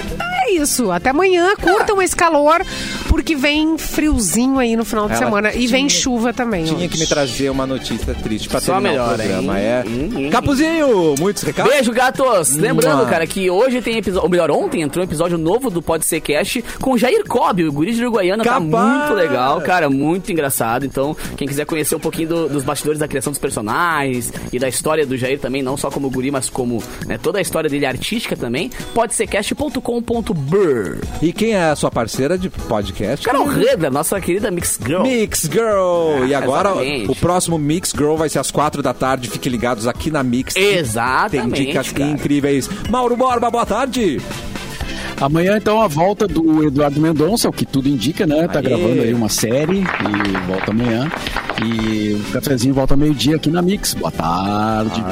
é isso. Até amanhã. Curtam esse calor, porque vem friozinho aí no final de
Ela
semana. E vem chuva também.
Tinha
hoje.
que me trazer uma notícia triste pra
Só
terminar
melhor,
o programa,
hein?
é.
Hum, hum,
Capuzinho, muitos recados?
Beijo, gatos! Lembrando,
Mua.
cara, que hoje tem episódio, ou melhor, ontem entrou um episódio novo do Pode Ser Cast com Jair Cobb, o guri de Uruguaiana, tá
Capaz!
muito legal, cara, muito engraçado. Então, quem quiser conhecer um pouquinho do- dos bastidores da criação dos personagens e da história do Jair também, não só como guri, mas como né, toda a história dele artística também, podsercast.com.br.
E quem é a sua parceira de podcast? Hum.
Carol Redler, nossa querida Mix Girl.
Mix Girl! e agora
Ah, exatamente.
o próximo Mix Girl vai ser às quatro da tarde. Fiquem ligados aqui na Mix. Tem
Exatamente,
dicas
cara.
incríveis. Mauro Borba, boa tarde.
Amanhã, então, a volta do Eduardo Mendonça, o que tudo indica, né? Tá gravando aí uma série e volta amanhã. E o cafezinho volta meio-dia aqui na Mix. Boa tarde.